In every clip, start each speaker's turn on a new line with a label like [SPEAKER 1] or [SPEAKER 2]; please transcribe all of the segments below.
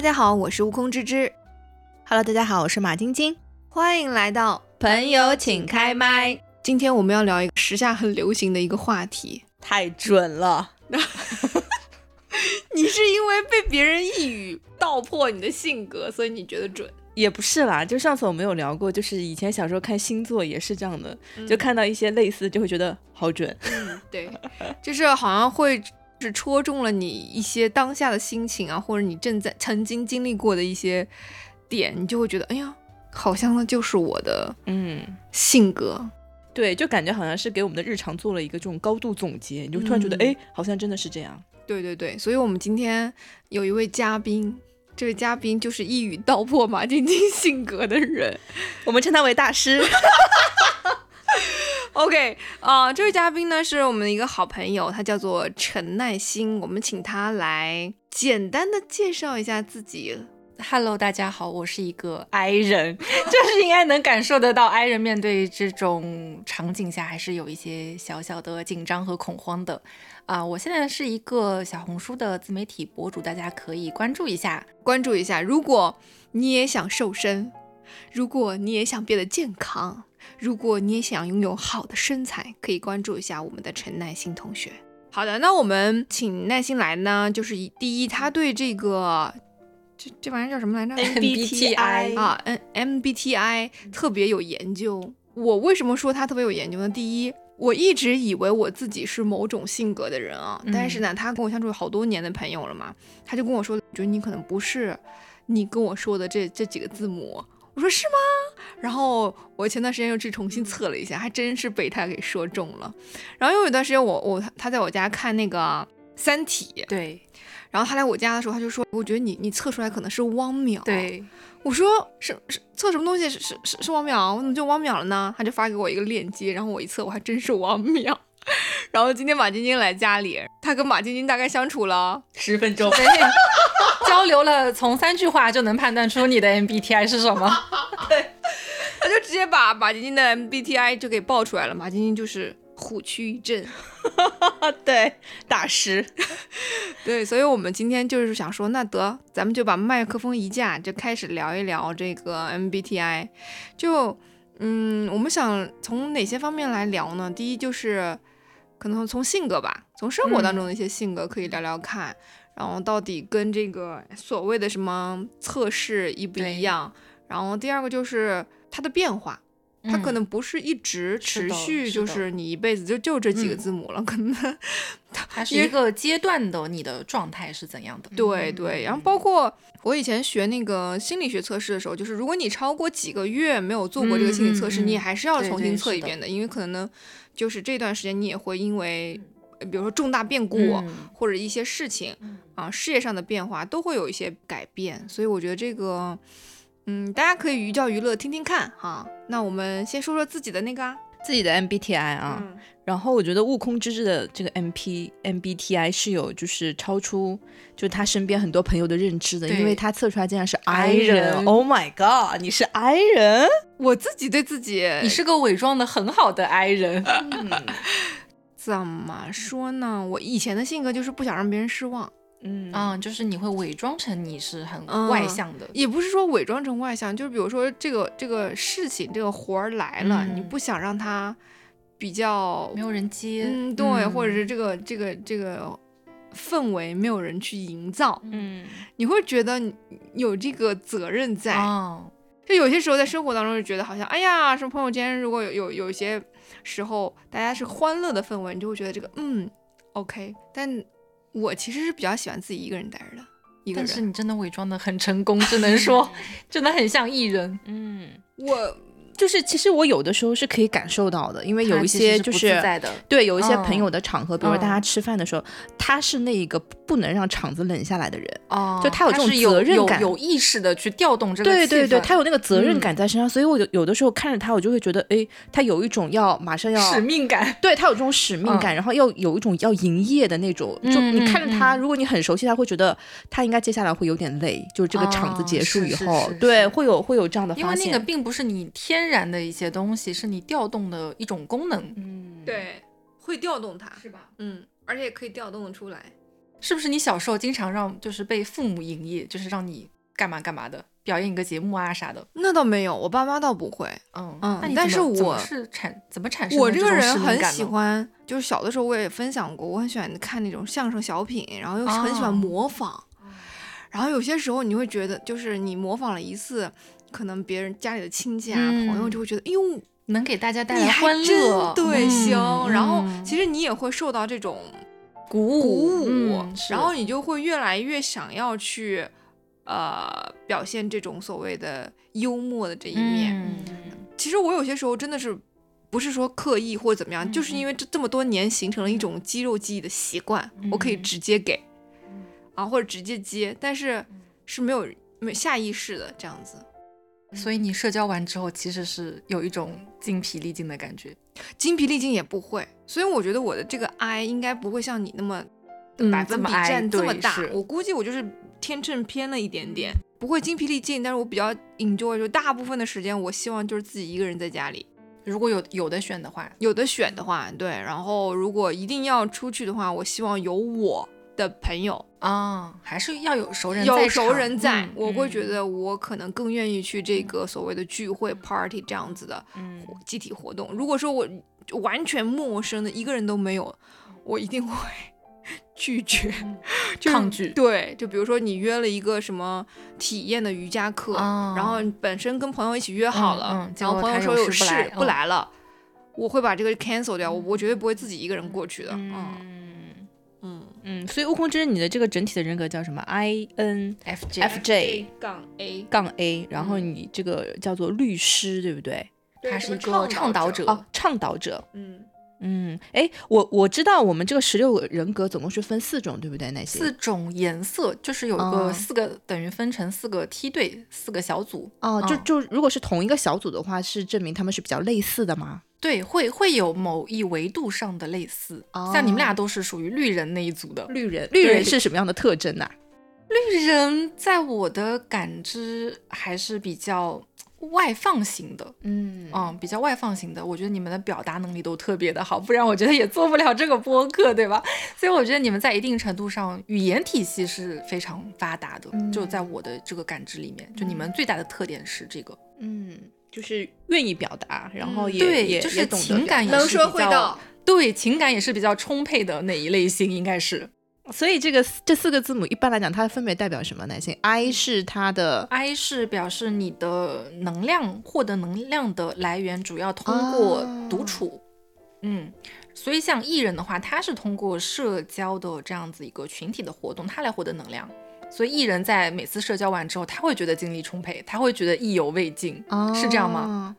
[SPEAKER 1] 家好，我是悟空芝芝，
[SPEAKER 2] Hello，大家好，我是马晶晶。
[SPEAKER 1] 欢迎来到。
[SPEAKER 2] 朋友，请开麦。
[SPEAKER 1] 今天我们要聊一个时下很流行的一个话题。
[SPEAKER 2] 太准了，
[SPEAKER 1] 你是因为被别人一语道破你的性格，所以你觉得准？
[SPEAKER 2] 也不是啦。就上次我们有聊过，就是以前小时候看星座也是这样的，
[SPEAKER 1] 嗯
[SPEAKER 2] 就看到一些类似，就会觉得好准。
[SPEAKER 1] 嗯，对，就是好像会是戳中了你一些当下的心情啊，或者你正在曾经经历过的一些点，你就会觉得，哎呀，好像那就是我的
[SPEAKER 2] 嗯，
[SPEAKER 1] 性格。
[SPEAKER 2] 对，就感觉好像是给我们的日常做了一个这种高度总结，你就突然觉得，
[SPEAKER 1] 嗯
[SPEAKER 2] 哎、好像真的是这样。
[SPEAKER 1] 对对对，所以我们今天有一位嘉宾，这位嘉宾就是一语道破马晶晶性格的人。
[SPEAKER 2] 我们称他为大师。
[SPEAKER 1] OK，啊、这位嘉宾呢是我们的一个好朋友，他叫做陈耐心，我们请他来简单的介绍一下自己。
[SPEAKER 3] Hello，大家好，我是一个 I 人， 就是应该能感受得到 I 人面对这种场景下还是有一些小小的紧张和恐慌的啊、我现在是一个小红书的自媒体博主，大家可以关注一 下。
[SPEAKER 1] 关注一下。如果你也想瘦身，如果你也想变得健康，如果你也想拥有好的身材，可以关注一下我们的陈耐心同学。好的，那我们请耐心来呢，就是一第一，他对这个这这玩意儿叫什么来着
[SPEAKER 3] 哎 MBTI
[SPEAKER 1] 啊，N MBTI
[SPEAKER 3] 嗯
[SPEAKER 1] 特别有研究。我为什么说他特别有研究呢？第一，我一直以为我自己是某种性格的人啊，
[SPEAKER 3] 嗯
[SPEAKER 1] 但是呢，他跟我相处好多年的朋友了嘛，他就跟我说，觉得你可能不是你跟我说的这这几个字母。我说是吗？然后我前段时间又去重
[SPEAKER 3] 嗯
[SPEAKER 1] 新测了一下，还真是被他给说中了。然后又有一段时间我，我他在我家看那个《三体》，
[SPEAKER 3] 对
[SPEAKER 1] 然后他来我家的时候，他就说：“我觉得你你测出来可能是汪淼。”，
[SPEAKER 3] 对，
[SPEAKER 1] 我说：“是是测什么东西？是是是是汪淼？我怎么就汪淼了呢？”他就发给我一个链接，然后我一测，我还真是汪淼。然后今天马晶晶来家里，他跟马晶晶大概相处了，
[SPEAKER 2] 十分钟，
[SPEAKER 3] 对交流了，从三句话就能判断出你的 MBTI 是 什么。
[SPEAKER 1] 他就直接把马晶晶的 MBTI 就给爆出来了。马晶晶就是虎躯一震，
[SPEAKER 2] 对，大师。
[SPEAKER 1] 对，所以我们今天就是想说，那得咱们就把麦克风一架，就开始聊一聊这个 MBTI。就嗯，我们想从哪些方面来聊呢？第一就是可能从性格吧，从生活
[SPEAKER 3] 嗯
[SPEAKER 1] 当中的一些性格可以聊聊看，然后到底跟这个所谓的什么测试一不
[SPEAKER 3] 对
[SPEAKER 1] 一样。然后第二个就是它的变化，它可
[SPEAKER 3] 嗯
[SPEAKER 1] 能不是一直持
[SPEAKER 3] 是的
[SPEAKER 1] 续，
[SPEAKER 3] 是
[SPEAKER 1] 就
[SPEAKER 3] 的
[SPEAKER 1] 是你一辈子就就这几个
[SPEAKER 3] 嗯
[SPEAKER 1] 字母了，可能。
[SPEAKER 3] 它是一个阶段的，你的状态是怎样的？
[SPEAKER 1] 对
[SPEAKER 3] 嗯
[SPEAKER 1] 对，然后包括我以前学那个心理学测试的时候，就是如果你超过几个月没有做过这个心理测试，
[SPEAKER 3] 嗯嗯
[SPEAKER 1] 你还是要
[SPEAKER 3] 对
[SPEAKER 1] 重
[SPEAKER 3] 对
[SPEAKER 1] 新测
[SPEAKER 3] 是
[SPEAKER 1] 一
[SPEAKER 3] 的
[SPEAKER 1] 遍的，因为可能呢，就是这段时间你也会因为，呃比如说重大变故、
[SPEAKER 3] 嗯
[SPEAKER 1] 或者一些事情啊，事业上的变化都会有一些改变，所以我觉得这个，嗯，大家可以寓教于乐，听听看哈。那我们先说说自己的那个啊，
[SPEAKER 2] 自己的 MBTI 啊，
[SPEAKER 1] 嗯
[SPEAKER 2] 然后我觉得悟空之志的这个 MP MBTI 是有就是超出就是他身边很多朋友的认知的，
[SPEAKER 3] 对
[SPEAKER 2] 因为他测出来竟然是 I
[SPEAKER 3] I
[SPEAKER 2] 人
[SPEAKER 3] 人
[SPEAKER 2] ，Oh my god，你是 I 人？
[SPEAKER 1] 我自己对自己，
[SPEAKER 3] 你是个伪装的很好的 I 人。
[SPEAKER 1] 怎么说呢？我以前的性格就是不想让别人失望。
[SPEAKER 2] 嗯
[SPEAKER 3] 嗯，就是你会伪装成你是很
[SPEAKER 1] 嗯
[SPEAKER 3] 外向的，
[SPEAKER 1] 也不是说伪装成外向，就是比如说这个这个事情这个活儿来了，
[SPEAKER 3] 嗯
[SPEAKER 1] 你不想让它比较
[SPEAKER 3] 没有人接，
[SPEAKER 1] 嗯对，或者是这个这个这个氛围没有人去营造，
[SPEAKER 2] 嗯，
[SPEAKER 1] 你会觉得你有这个责任在。
[SPEAKER 3] 哦，
[SPEAKER 1] 就有些时候在生活当中就觉得好像哎呀，什么朋友间如果有有有一些时候大家是欢乐的氛围，你就会觉得这个嗯 OK，但我其实是比较喜欢自己一个人待着的。一个
[SPEAKER 3] 但
[SPEAKER 1] 人。
[SPEAKER 3] 是你真的伪装的很成功，只能 说真的很像艺人，
[SPEAKER 2] 嗯，
[SPEAKER 1] 我
[SPEAKER 2] 就是其实我有的时候是可以感受到的，因为有一些
[SPEAKER 3] 他
[SPEAKER 2] 就
[SPEAKER 3] 其实
[SPEAKER 2] 是
[SPEAKER 3] 是不自在的，
[SPEAKER 2] 对有一些
[SPEAKER 3] 嗯
[SPEAKER 2] 朋友的场合，比如说
[SPEAKER 3] 嗯
[SPEAKER 2] 大家吃饭的时候，他是那一个不能让场子冷下来的人。
[SPEAKER 3] 哦，
[SPEAKER 2] 就他有这种
[SPEAKER 3] 是有
[SPEAKER 2] 责任感
[SPEAKER 3] 有有意识的去调动这个
[SPEAKER 2] 对对
[SPEAKER 3] 气
[SPEAKER 2] 对，
[SPEAKER 3] 氛嗯
[SPEAKER 2] 他有那个责任感在身上，所以我有有的时候看着他，我就会觉得，哎，他有一种要马上要
[SPEAKER 3] 使命感，
[SPEAKER 2] 对他有这种使命感，然后要有一种要营业的那种。就
[SPEAKER 3] 嗯
[SPEAKER 2] 你看着他，
[SPEAKER 3] 嗯嗯
[SPEAKER 2] 如果你很熟悉他，会觉得他应该接下来会有点累，就是这个场子
[SPEAKER 3] 哦
[SPEAKER 2] 结束
[SPEAKER 3] 是
[SPEAKER 2] 以
[SPEAKER 3] 是
[SPEAKER 2] 后，
[SPEAKER 3] 是
[SPEAKER 2] 对，
[SPEAKER 3] 是
[SPEAKER 2] 会有会有这样的
[SPEAKER 3] 因
[SPEAKER 2] 发
[SPEAKER 3] 为
[SPEAKER 2] 现。
[SPEAKER 3] 那个并不是你天然的一些东西，是你调动的一种功能，
[SPEAKER 2] 嗯，
[SPEAKER 1] 对会调动它，
[SPEAKER 3] 吧？
[SPEAKER 1] 嗯，而且可以调动得出来。
[SPEAKER 3] 是不是你小时候经常让就是被父母营业，就是让你干嘛干嘛的，表演一个节目啊啥的？
[SPEAKER 1] 那倒没有，我爸妈倒不会。
[SPEAKER 3] 嗯
[SPEAKER 1] 嗯
[SPEAKER 3] 那你
[SPEAKER 1] 但
[SPEAKER 3] 怎么
[SPEAKER 1] 是
[SPEAKER 3] 怎
[SPEAKER 1] 我
[SPEAKER 3] 么是产怎么产生
[SPEAKER 1] 我
[SPEAKER 3] 的
[SPEAKER 1] 这
[SPEAKER 3] 这
[SPEAKER 1] 个
[SPEAKER 3] 种
[SPEAKER 1] 人
[SPEAKER 3] 使命
[SPEAKER 1] 很
[SPEAKER 3] 感
[SPEAKER 1] 喜
[SPEAKER 3] 呢，
[SPEAKER 1] 欢，就是小的时候我也分享过，我很喜欢看那种相声小品，然后又
[SPEAKER 3] 啊
[SPEAKER 1] 很喜欢模仿。
[SPEAKER 3] 哦
[SPEAKER 1] 然后有些时候你会觉得，就是你模仿了一次，可能别人家里的亲戚啊、朋友
[SPEAKER 3] 嗯
[SPEAKER 1] 就会觉得，哎呦，
[SPEAKER 3] 能给大家带
[SPEAKER 1] 你
[SPEAKER 3] 来
[SPEAKER 1] 还
[SPEAKER 3] 欢
[SPEAKER 1] 真
[SPEAKER 3] 乐，
[SPEAKER 1] 对
[SPEAKER 3] 嗯
[SPEAKER 1] 行。然后
[SPEAKER 3] 嗯
[SPEAKER 1] 其实你也会受到这种
[SPEAKER 3] 鼓舞
[SPEAKER 1] 鼓舞，
[SPEAKER 3] 嗯
[SPEAKER 1] 然后你就会越来越想要去，呃，表现这种所谓的幽默的这一面。
[SPEAKER 3] 嗯
[SPEAKER 1] 其实我有些时候真的是不是说刻意或者怎么样，
[SPEAKER 3] 嗯
[SPEAKER 1] 就是因为这这么多年形成了一种肌肉记忆的习惯，
[SPEAKER 3] 嗯
[SPEAKER 1] 我可以直接给，啊或者直接接，但
[SPEAKER 3] 嗯
[SPEAKER 1] 是是没有没下意识的这样子。
[SPEAKER 3] 所以你社交完之后，其实是有一种精疲力尽的感觉，
[SPEAKER 1] 精疲力尽也不会，所以我觉得我的这个 I 应该不会像你那么
[SPEAKER 3] 嗯
[SPEAKER 1] 百分比占这么大。
[SPEAKER 3] 对是
[SPEAKER 1] 我估计我就是天秤偏了一点点，不会精疲力尽，但是我比较 enjoy，就大部分的时间我希望就是自己一个人在家里，
[SPEAKER 3] 如果有有的选的话，
[SPEAKER 1] 有的选的话，对。然后如果一定要出去的话，我希望有我的朋友，
[SPEAKER 3] 啊、还是要有熟人在场，
[SPEAKER 1] 有熟人在，
[SPEAKER 3] 嗯
[SPEAKER 1] 我会觉得我可能更愿意去这个所谓的聚会、party 这样子的
[SPEAKER 3] 嗯
[SPEAKER 1] 集体活动。如果说我完全陌生的一个人都没有，我一定会 拒绝、 就是
[SPEAKER 3] 抗拒
[SPEAKER 1] 对，就比如说你约了一个什么体验的瑜伽课，
[SPEAKER 3] 啊
[SPEAKER 1] 然后本身跟朋友一起约好了，
[SPEAKER 3] 嗯嗯结
[SPEAKER 1] 然后
[SPEAKER 3] 果
[SPEAKER 1] 朋友
[SPEAKER 3] 他
[SPEAKER 1] 说
[SPEAKER 3] 有
[SPEAKER 1] 有
[SPEAKER 3] 事不来
[SPEAKER 1] 事不
[SPEAKER 3] 嗯
[SPEAKER 1] 来了，我会把这个 cancel 掉，我我绝对不会自己一个人过去的。嗯
[SPEAKER 3] 嗯
[SPEAKER 1] 嗯
[SPEAKER 2] 嗯，所以悟空之刃你的这个整体的人格叫什么？I N
[SPEAKER 3] ，F J
[SPEAKER 2] F J
[SPEAKER 1] 杠 A
[SPEAKER 2] 杠 A，然后你这个叫做律师，对不对？
[SPEAKER 3] 他是一个倡导者，
[SPEAKER 2] 哦，倡导者。
[SPEAKER 1] 嗯，
[SPEAKER 2] 嗯，哎，我我知道我们这个十六个人格总共是分四种，对不对？那些
[SPEAKER 3] 四种颜色，就是有一个
[SPEAKER 2] 嗯
[SPEAKER 3] 四个、等于分成四个梯队，四个小组。
[SPEAKER 2] 哦，就
[SPEAKER 3] 嗯
[SPEAKER 2] 就如果是同一个小组的话，是证明他们是比较类似的吗？
[SPEAKER 3] 对，会会有某一维度上的类似，
[SPEAKER 2] 哦
[SPEAKER 3] 像你们俩都是属于绿人那一组的。
[SPEAKER 2] 绿人，绿
[SPEAKER 3] 对
[SPEAKER 2] 人是什么样的特征呢、
[SPEAKER 3] 绿人在我的感知还是比较外放型的，
[SPEAKER 2] 嗯
[SPEAKER 3] 嗯，比较外放型的，我觉得你们的表达能力都特别的好，不然我觉得也做不了这个播客，对吧？所以我觉得你们在一定程度上语言体系是非常发达的，就在我的这个感知里面，就你们最大的特点是这个，
[SPEAKER 2] 嗯，就是愿意表达，然后也、
[SPEAKER 3] 对，
[SPEAKER 2] 也
[SPEAKER 3] 就是
[SPEAKER 2] 也懂得表
[SPEAKER 3] 情感也
[SPEAKER 1] 能
[SPEAKER 3] 是
[SPEAKER 1] 说
[SPEAKER 3] 比
[SPEAKER 1] 会
[SPEAKER 3] 较
[SPEAKER 1] 道，
[SPEAKER 3] 对，情感也是比较充沛的那一类型，应该是
[SPEAKER 2] 所以这个这四个字母一般来讲，它分别代表什么呢？先 I 是它的
[SPEAKER 3] I 是表示你的能量获得能量的来源主要
[SPEAKER 2] 啊
[SPEAKER 3] 通过独处，嗯，所以像艺人的话，他是通过社交的这样子一个群体的活动，他来获得能量。所以艺人在每次社交完之后，他会觉得精力充沛，他会觉得意犹未尽，是这样吗？
[SPEAKER 2] 吗？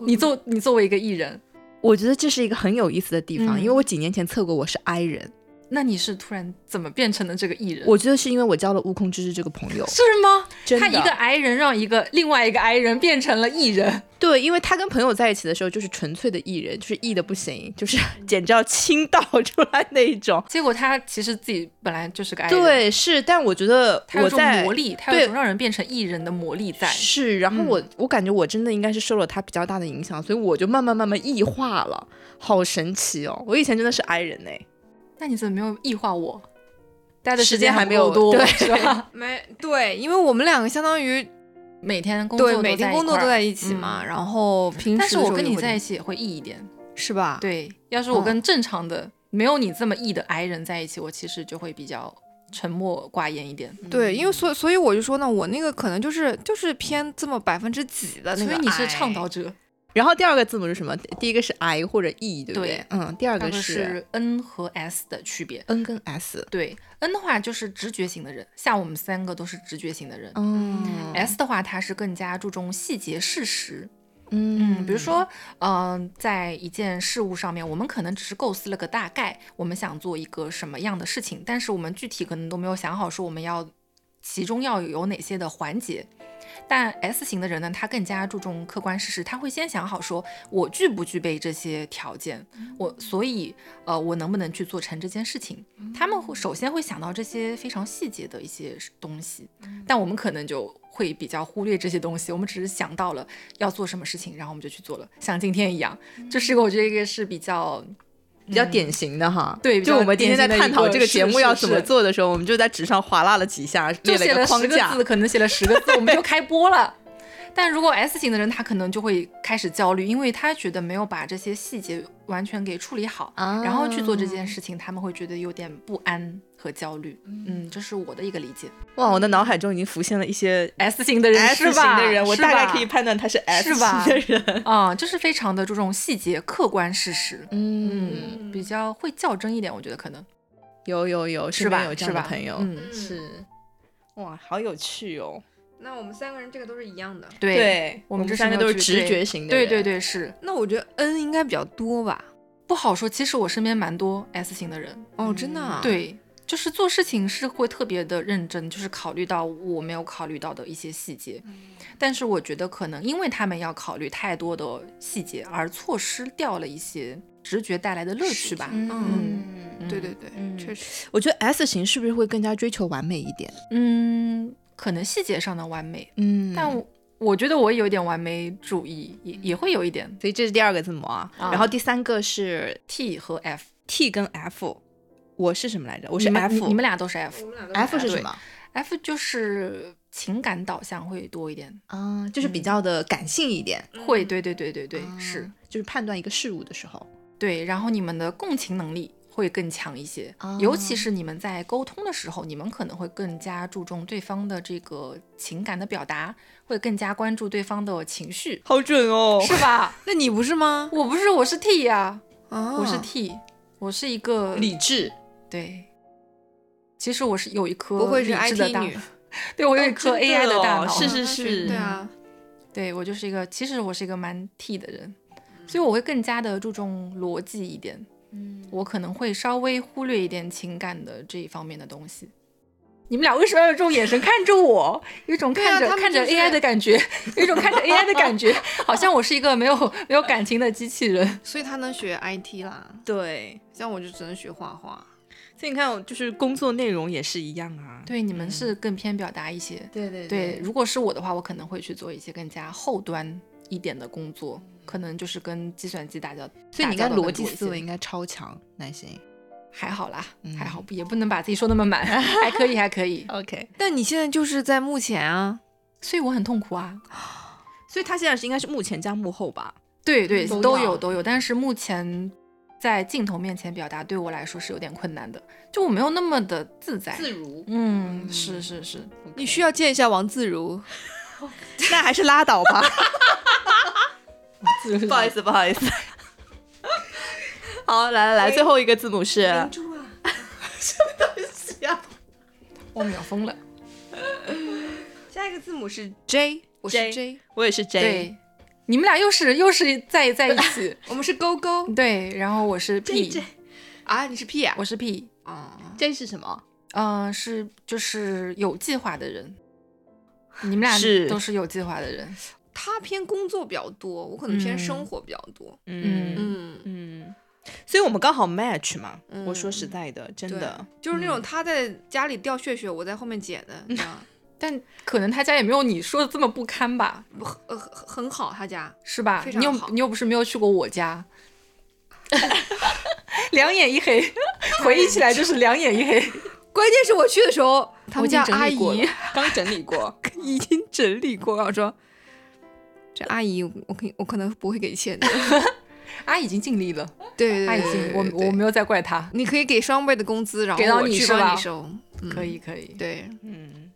[SPEAKER 3] 你作你作为一个艺人，
[SPEAKER 2] 哦我觉得这是一个很有意思的地方，
[SPEAKER 3] 嗯
[SPEAKER 2] 因为我几年前测过我是 I 人，
[SPEAKER 3] 那你是突然怎么变成了这个艺人？
[SPEAKER 2] 我觉得是因为我交了悟空之日这个朋友，
[SPEAKER 3] 是吗？
[SPEAKER 2] 真
[SPEAKER 3] 他
[SPEAKER 2] 的
[SPEAKER 3] 一个 I 人让一个另外一个 I 人变成了艺人，
[SPEAKER 2] 对，因为他跟朋友在一起的时候就是纯粹的艺人，就是艺的不行，就是简直要倾倒出来那一种。
[SPEAKER 3] 结果他其实自己本来就是个 I 人。
[SPEAKER 2] 对，是，但我觉得
[SPEAKER 3] 它有
[SPEAKER 2] 我
[SPEAKER 3] 一种
[SPEAKER 2] 在
[SPEAKER 3] 魔力，它有一
[SPEAKER 2] 对
[SPEAKER 3] 种让人变成艺人的魔力在。
[SPEAKER 2] 是，然后我、我感觉我真的应该是受了他比较大的影响，所以我就慢慢慢慢异化了，好神奇哦！我以前真的是 I 人呢、
[SPEAKER 3] 那你怎么没有异化我？待的
[SPEAKER 2] 时
[SPEAKER 3] 间
[SPEAKER 2] 间还
[SPEAKER 3] 不
[SPEAKER 2] 没有
[SPEAKER 3] 够多，
[SPEAKER 2] 对
[SPEAKER 3] 是吧？
[SPEAKER 1] 没对，因为我们两个相当于
[SPEAKER 3] 每天工作
[SPEAKER 1] 对每天工作都在一起
[SPEAKER 3] 儿嗯
[SPEAKER 1] 嘛，然后平时
[SPEAKER 3] 但是我
[SPEAKER 1] 的时候
[SPEAKER 3] 跟
[SPEAKER 1] 也
[SPEAKER 3] 你
[SPEAKER 1] 会
[SPEAKER 3] 在一起也会异一点。
[SPEAKER 1] 是吧？，
[SPEAKER 3] 对，要是我
[SPEAKER 1] 嗯
[SPEAKER 3] 跟正常的、没有你这么异的 I 人在一起，我其实就会比较沉默寡言一点。
[SPEAKER 1] 对，因为所以所以我就说呢，我那个可能就是就是偏这么百分之几的那
[SPEAKER 3] 所
[SPEAKER 1] 个
[SPEAKER 3] 以
[SPEAKER 1] I，
[SPEAKER 3] 你是倡导者，
[SPEAKER 2] 然后第二个字母是什么？第一个是 I 或者 E，对不对？
[SPEAKER 3] 对
[SPEAKER 2] 嗯，第二
[SPEAKER 3] 那
[SPEAKER 2] 个
[SPEAKER 3] 个
[SPEAKER 2] 是
[SPEAKER 3] 是 N 和 S 的区别。
[SPEAKER 2] N 跟 S。
[SPEAKER 3] 对，N 的话就是直觉型的人，像我们三个都是直觉型的人。
[SPEAKER 2] 嗯
[SPEAKER 3] S 的话，他是更加注重细节事实，嗯，
[SPEAKER 2] 嗯
[SPEAKER 3] 比如说，嗯、在一件事物上面，我们可能只是构思了个大概，我们想做一个什么样的事情，但是我们具体可能都没有想好说我们要其中要有哪些的环节。但 S 型的人呢，他更加注重客观事实，他会先想好说我具不具备这些条件，我所以呃我能不能去做成这件事情。他们会首先会想到这些非常细节的一些东西，但我们可能就会比较忽略这些东西，我们只是想到了要做什么事情，然后我们就去做了，像今天一样，这是一个我觉得一个是比较
[SPEAKER 2] 比较典型的哈。
[SPEAKER 3] 对比
[SPEAKER 2] 就
[SPEAKER 3] 较
[SPEAKER 2] 我们今天在
[SPEAKER 3] 典型
[SPEAKER 2] 探
[SPEAKER 3] 的一
[SPEAKER 2] 讨
[SPEAKER 3] 个
[SPEAKER 2] 这个
[SPEAKER 3] 是
[SPEAKER 2] 节目
[SPEAKER 3] 是
[SPEAKER 2] 要怎么
[SPEAKER 3] 是
[SPEAKER 2] 做的时候，我们就在纸上划拉了几下，
[SPEAKER 3] 就
[SPEAKER 2] 列了一
[SPEAKER 3] 写了
[SPEAKER 2] 个框
[SPEAKER 3] 十个
[SPEAKER 2] 架
[SPEAKER 3] 字，。可能写了十个 字，我们就开播了。但如果 S 型的人，他可能就会开始焦虑，因为他觉得没有把这些细节完全给处理好，
[SPEAKER 2] 啊
[SPEAKER 3] 然后去做这件事情，他们会觉得有点不安和焦虑。嗯，这是我的一个理解。
[SPEAKER 2] 哇，我的脑海中已经浮现了一些
[SPEAKER 3] S 型的人
[SPEAKER 2] S
[SPEAKER 3] 是
[SPEAKER 2] 型
[SPEAKER 3] 吧？
[SPEAKER 2] 的人，我
[SPEAKER 3] 是
[SPEAKER 2] 大概
[SPEAKER 3] 吧
[SPEAKER 2] 可以判断他是 S
[SPEAKER 3] 是吧
[SPEAKER 2] 型的人。
[SPEAKER 3] 啊、就是非常的注重细节、客观事实，
[SPEAKER 2] 嗯，
[SPEAKER 3] 嗯，比较会较真一点，我觉得可能
[SPEAKER 2] 有有有，
[SPEAKER 3] 是
[SPEAKER 2] 身边
[SPEAKER 3] 吧？
[SPEAKER 2] 有这
[SPEAKER 3] 是
[SPEAKER 2] 样的
[SPEAKER 3] 吧？
[SPEAKER 2] 朋友，
[SPEAKER 3] 嗯，
[SPEAKER 2] 是。哇，好有趣哦！
[SPEAKER 1] 那我们三个人这个都是一样的。
[SPEAKER 3] 对，
[SPEAKER 2] 我
[SPEAKER 3] 我
[SPEAKER 2] 们
[SPEAKER 3] 们
[SPEAKER 2] 这
[SPEAKER 3] 这
[SPEAKER 2] 三个
[SPEAKER 3] 是没
[SPEAKER 2] 都
[SPEAKER 3] 有
[SPEAKER 2] 是
[SPEAKER 3] 去
[SPEAKER 2] 直觉型的
[SPEAKER 3] 对
[SPEAKER 2] 人，
[SPEAKER 3] 对对，是
[SPEAKER 1] 那我觉得 N 应该比较多吧？
[SPEAKER 3] 不好说。其实我身边蛮多 S 型的人，
[SPEAKER 1] 哦，真的、啊？，
[SPEAKER 3] 嗯对，就是做事情是会特别的认真，就是考虑到我没有考虑到的一些细节。
[SPEAKER 2] 嗯
[SPEAKER 3] 但是我觉得可能因为他们要考虑太多的细节，而错失掉了一些直觉带来的乐趣吧。
[SPEAKER 2] 嗯
[SPEAKER 1] 对对对，
[SPEAKER 3] 嗯
[SPEAKER 1] 确实。
[SPEAKER 2] 我觉得 S 型是不是会更加追求完美一点？
[SPEAKER 3] 嗯，可能细节上的完美，
[SPEAKER 2] 嗯
[SPEAKER 3] 但我我觉得我有点完美主义，也也会有一点
[SPEAKER 2] 所以这是第二个字母啊，
[SPEAKER 3] 啊
[SPEAKER 2] 然后第三个是
[SPEAKER 3] T 和 F。
[SPEAKER 2] T 跟 F，我是什么来着？我是
[SPEAKER 3] 你们
[SPEAKER 2] F，
[SPEAKER 3] 你你们俩都嗯是 F，F
[SPEAKER 1] 我们俩都
[SPEAKER 2] F 是
[SPEAKER 1] 对
[SPEAKER 2] 什么
[SPEAKER 3] 就是情感导向会多一点，
[SPEAKER 2] 啊？就是比较的感性一点，
[SPEAKER 1] 嗯
[SPEAKER 3] 会，对对对对对，
[SPEAKER 2] 啊
[SPEAKER 1] 哦
[SPEAKER 3] 是
[SPEAKER 2] 就是判断一个事物的时候，
[SPEAKER 3] 对，然后你们的共情能力会更强一些，
[SPEAKER 1] 哦
[SPEAKER 2] 啊
[SPEAKER 3] 尤其是你们在沟通的时候，你们可能会更加注重对方的这个情感的表达，会更加关注对方的情绪，
[SPEAKER 2] 好准哦
[SPEAKER 3] 是吧？
[SPEAKER 1] 那你不是吗？
[SPEAKER 3] 我不是，我是 T 呀、
[SPEAKER 1] 啊，
[SPEAKER 3] 我是 T，我是一个
[SPEAKER 2] 理智，
[SPEAKER 3] 对。其实我是有一颗
[SPEAKER 1] 不会是
[SPEAKER 3] 理智的
[SPEAKER 1] IT
[SPEAKER 3] 大
[SPEAKER 1] 女？
[SPEAKER 3] 对我有
[SPEAKER 2] 哦
[SPEAKER 3] 一颗
[SPEAKER 2] 真的
[SPEAKER 3] AI 的大
[SPEAKER 2] 哦
[SPEAKER 3] 脑，
[SPEAKER 2] 是是
[SPEAKER 1] 啊
[SPEAKER 2] 是
[SPEAKER 1] 对啊，
[SPEAKER 3] 对我就是一个，其实我是一个蛮 T 的人，所以我会更加的注重逻辑一点。
[SPEAKER 2] 嗯，
[SPEAKER 3] 我可能会稍微忽略一点情感的这一方面的东西。你们俩为什么要有这种眼神看着我？有一种
[SPEAKER 1] 对啊
[SPEAKER 3] 看着、
[SPEAKER 1] 他们
[SPEAKER 3] 看着
[SPEAKER 1] 就是
[SPEAKER 3] AI 的感觉，有一种看着 AI 的感觉，好像我是一个没有没有感情的机器人。
[SPEAKER 1] 所以他能学 IT 啦，
[SPEAKER 2] 对。
[SPEAKER 1] 像我就只能学画画。
[SPEAKER 2] 所以你看，哦就是工作内容也是一样啊。
[SPEAKER 3] 对，你们是更偏表达一些。
[SPEAKER 2] 对对
[SPEAKER 3] 对，如果是我的话，我可能会去做一些更加后端一点的工作，可能就是跟计算机打交。
[SPEAKER 2] 所以你应该
[SPEAKER 3] 打交道
[SPEAKER 2] 逻
[SPEAKER 3] 更
[SPEAKER 2] 辑
[SPEAKER 3] 多一
[SPEAKER 2] 思
[SPEAKER 3] 些
[SPEAKER 2] 维应该超强，耐心。
[SPEAKER 3] 还好啦，
[SPEAKER 2] 嗯
[SPEAKER 3] 还好，也不能把自己说那么 满，还可以，还可以。
[SPEAKER 2] OK，
[SPEAKER 1] 但你现在就是在目前啊，
[SPEAKER 3] 所以我很痛苦啊。
[SPEAKER 2] 所以他现在是应该是幕前加幕后吧？
[SPEAKER 3] 对对，
[SPEAKER 2] 都
[SPEAKER 3] 都
[SPEAKER 2] 要
[SPEAKER 3] 有都有，但是目前在镜头面前表达对我来说是有点困难的，就我没有那么的自在。
[SPEAKER 2] 如，
[SPEAKER 3] 嗯，是是是，
[SPEAKER 1] 你需要见一下王自 如。
[SPEAKER 2] 那还是拉倒吧。
[SPEAKER 3] 自
[SPEAKER 2] 不好意思，不好意思。好，来来来，最后一个字母是
[SPEAKER 1] 珠啊，
[SPEAKER 3] 我秒疯了。
[SPEAKER 1] 下一个字母是 J，我是
[SPEAKER 2] J
[SPEAKER 1] J，，
[SPEAKER 2] 我也是 J，
[SPEAKER 3] 对，你们俩又是又是在在一 起
[SPEAKER 1] 我们是勾勾
[SPEAKER 3] 对，然后我是 P，
[SPEAKER 1] 啊，你是 P 啊？
[SPEAKER 3] 我是 P，
[SPEAKER 1] 啊，
[SPEAKER 2] J 是什么？
[SPEAKER 3] 嗯、是就是有计划的 人。你们俩
[SPEAKER 2] 是
[SPEAKER 3] 都是有计划的人，
[SPEAKER 1] 他偏工作比较多，我可能偏
[SPEAKER 3] 嗯
[SPEAKER 1] 生活比较多。
[SPEAKER 2] 嗯
[SPEAKER 1] 嗯，
[SPEAKER 2] 嗯，所以我们刚好 match 嘛。
[SPEAKER 1] 嗯
[SPEAKER 2] 我说实在的，真
[SPEAKER 1] 对
[SPEAKER 2] 的，嗯
[SPEAKER 1] 就是
[SPEAKER 3] 嗯
[SPEAKER 1] 那种他在家里掉屑屑，我在后面捡 的，你知道吗
[SPEAKER 3] 但可能他家也没有你说的这么不堪吧，
[SPEAKER 1] 我很呃很很好，他家
[SPEAKER 3] 是吧
[SPEAKER 1] 非？常
[SPEAKER 3] 你又
[SPEAKER 1] 好
[SPEAKER 3] 你又不是没有去过我家， 两眼一黑，回忆起来就是两眼一黑。
[SPEAKER 1] 关键是我去的时候，他
[SPEAKER 3] 我
[SPEAKER 1] 们
[SPEAKER 3] 已
[SPEAKER 1] 家
[SPEAKER 3] 经
[SPEAKER 1] 阿
[SPEAKER 3] 整理过
[SPEAKER 1] 姨
[SPEAKER 3] 了
[SPEAKER 2] 刚整理过。
[SPEAKER 1] 已经整理过了，我说这阿姨我可以我可能不会给钱 的，
[SPEAKER 3] 阿姨已经尽力了，
[SPEAKER 1] 对对对，
[SPEAKER 3] 阿姨尽力，我
[SPEAKER 1] 对
[SPEAKER 3] 我没有再怪她。
[SPEAKER 1] 你可以给双倍的工资，然后
[SPEAKER 3] 给到
[SPEAKER 1] 我
[SPEAKER 3] 你
[SPEAKER 1] 去
[SPEAKER 3] 是吧
[SPEAKER 1] 帮你收，嗯
[SPEAKER 3] 可以可以，
[SPEAKER 1] 对，
[SPEAKER 2] 嗯，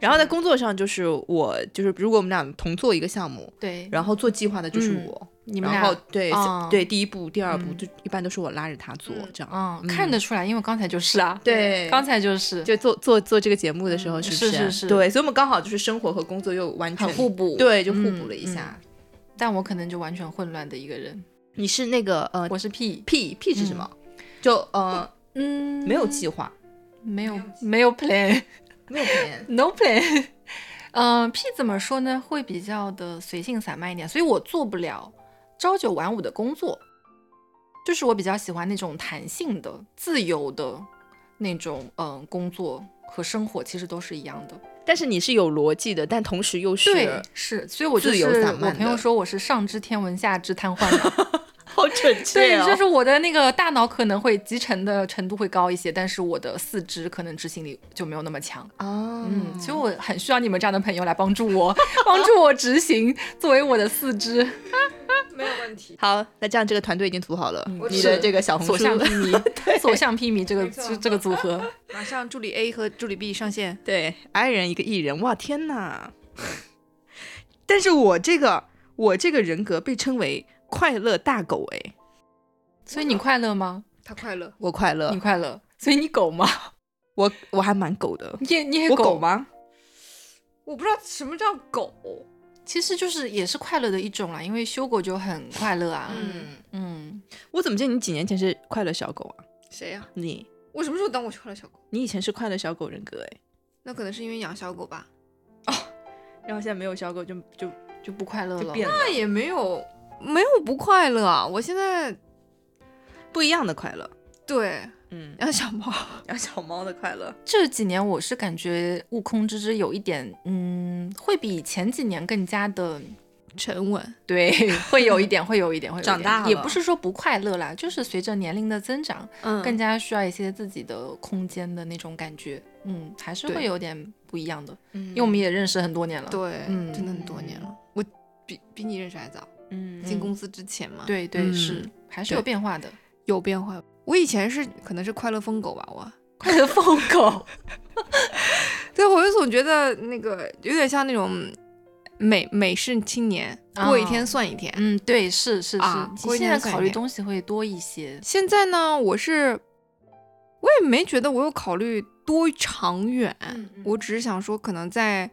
[SPEAKER 2] 然后在工作上就是我，就是如果我们俩同做一个项目，
[SPEAKER 3] 对，
[SPEAKER 2] 然后做计划的就是
[SPEAKER 3] 嗯
[SPEAKER 2] 我，
[SPEAKER 3] 你们
[SPEAKER 2] 然后
[SPEAKER 3] 俩
[SPEAKER 2] 对
[SPEAKER 3] 啊
[SPEAKER 2] 对第一步、第二步
[SPEAKER 3] 嗯
[SPEAKER 2] 就一般都是我拉着他做
[SPEAKER 1] 嗯
[SPEAKER 2] 这样。
[SPEAKER 3] 嗯看得出来，因为刚才就是啊，
[SPEAKER 2] 对
[SPEAKER 3] 刚才就是
[SPEAKER 2] 就做做做这个节目的时候，嗯是不
[SPEAKER 3] 是是是
[SPEAKER 2] 对，所以我们刚好就是生活和工作又完全
[SPEAKER 3] 很互补，
[SPEAKER 2] 对，就互
[SPEAKER 3] 嗯
[SPEAKER 2] 补了一下。。
[SPEAKER 3] 嗯但我可能就完全混乱的一个人，
[SPEAKER 2] 你是那个呃
[SPEAKER 3] 我是 P，
[SPEAKER 2] P P 是什么？就呃
[SPEAKER 3] 嗯，
[SPEAKER 2] 没有计划，
[SPEAKER 3] 没有没有 plan，no
[SPEAKER 2] 没有 plan。
[SPEAKER 3] plan。嗯，P 怎么说呢？会比较的随性散漫一点，所以我做不了朝九晚五的工作，就是我比较喜欢那种弹性的、自由的那种，嗯，工作和生活其实都是一样的。
[SPEAKER 2] 但是你是有逻辑的，但同时又是
[SPEAKER 3] 对，是，所以我就
[SPEAKER 2] 自
[SPEAKER 3] 是
[SPEAKER 2] 由散漫
[SPEAKER 3] 我朋友
[SPEAKER 2] 的
[SPEAKER 3] 说我是上知天文下知瘫痪嘛，
[SPEAKER 2] 好准准确
[SPEAKER 3] 对，
[SPEAKER 2] 哦。
[SPEAKER 3] 就是我的那个大脑可能会集成的程度会高一些，但是我的四肢可能执行力就没有那么强。
[SPEAKER 2] 啊，
[SPEAKER 3] 嗯，所以我很需要你们这样的朋友来帮助我， 帮助我执行，作为我的四肢。
[SPEAKER 1] 没有问题。
[SPEAKER 2] 好，那这样这个团队已经组好了，
[SPEAKER 3] 嗯
[SPEAKER 2] 你
[SPEAKER 1] 是
[SPEAKER 2] 的这个小红
[SPEAKER 3] 所
[SPEAKER 2] 书
[SPEAKER 3] 向披靡，所向披靡这个
[SPEAKER 1] 没错
[SPEAKER 3] 这这个组合，
[SPEAKER 1] 马上助理 A 和助理 B 上线，
[SPEAKER 2] 对，i 人一个艺人，哇天呐！但是我这个我这个人格被称为快乐大狗哎，
[SPEAKER 3] 所以你快乐吗？
[SPEAKER 1] 他快乐。
[SPEAKER 2] 我快
[SPEAKER 3] 你
[SPEAKER 2] 乐，
[SPEAKER 3] 快乐，所以你狗吗？
[SPEAKER 2] 我我还蛮狗的，
[SPEAKER 3] 你也你也
[SPEAKER 2] 我狗
[SPEAKER 3] 狗？
[SPEAKER 2] 吗？
[SPEAKER 1] 我不知道什么叫狗，
[SPEAKER 3] 其实就是也是快乐的一种啦，因为修狗就很快乐啊。
[SPEAKER 1] 嗯
[SPEAKER 3] 嗯，
[SPEAKER 2] 我怎么记得你几年前是快乐小狗啊？
[SPEAKER 1] 谁呀、
[SPEAKER 2] 你
[SPEAKER 1] 我什么时候当过快乐小狗？
[SPEAKER 2] 你以前是快乐小狗人格哎，
[SPEAKER 1] 那可能是因为养小狗吧。
[SPEAKER 2] 然后现在没有小狗就就
[SPEAKER 3] 就不快乐
[SPEAKER 2] 就
[SPEAKER 3] 了。
[SPEAKER 2] 变了
[SPEAKER 1] 那也没有，没有不快乐啊。我现在
[SPEAKER 2] 不一样的快乐，
[SPEAKER 1] 对
[SPEAKER 2] 嗯，
[SPEAKER 1] 养小猫，
[SPEAKER 2] 然后小猫的快乐，
[SPEAKER 3] 这几年我是感觉《悟空之之》有一点，嗯，会比前几年更加的，
[SPEAKER 1] 沉稳。
[SPEAKER 3] 对， 会有一点，会有一点，会有一点
[SPEAKER 2] 长大了
[SPEAKER 3] 也不是说不快乐啦，就是随着年龄的增长，
[SPEAKER 1] 嗯
[SPEAKER 3] 更加需要一些自己的空间的那种感觉。嗯，还是
[SPEAKER 1] 对嗯
[SPEAKER 3] 会有点不一样的，
[SPEAKER 2] 因
[SPEAKER 3] 因为我们也认识很多年了。
[SPEAKER 1] 对，
[SPEAKER 3] 嗯
[SPEAKER 1] 真的很多年了。我比比你认识还早，
[SPEAKER 2] 嗯
[SPEAKER 1] 进公司之前嘛，，
[SPEAKER 3] 对对、
[SPEAKER 2] 嗯
[SPEAKER 3] 是，还是
[SPEAKER 2] 对
[SPEAKER 3] 有变 化的。
[SPEAKER 1] 有变化。我以前是可能是快乐疯狗吧，我。
[SPEAKER 3] 快乐疯狗，
[SPEAKER 1] 对，我就总觉得那个有点像那种美美式青年，
[SPEAKER 3] 啊
[SPEAKER 1] 过一天算一天。
[SPEAKER 3] 嗯，对，是是是，
[SPEAKER 1] 啊
[SPEAKER 3] 其
[SPEAKER 1] 过
[SPEAKER 3] 实
[SPEAKER 1] 一
[SPEAKER 3] 现
[SPEAKER 1] 年
[SPEAKER 3] 在
[SPEAKER 1] 算一
[SPEAKER 3] 考虑
[SPEAKER 1] 年
[SPEAKER 3] 东西会多一些。
[SPEAKER 1] 现在呢，我是我也没觉得我有考虑多长远，
[SPEAKER 3] 嗯嗯
[SPEAKER 1] 我只是想说，可能在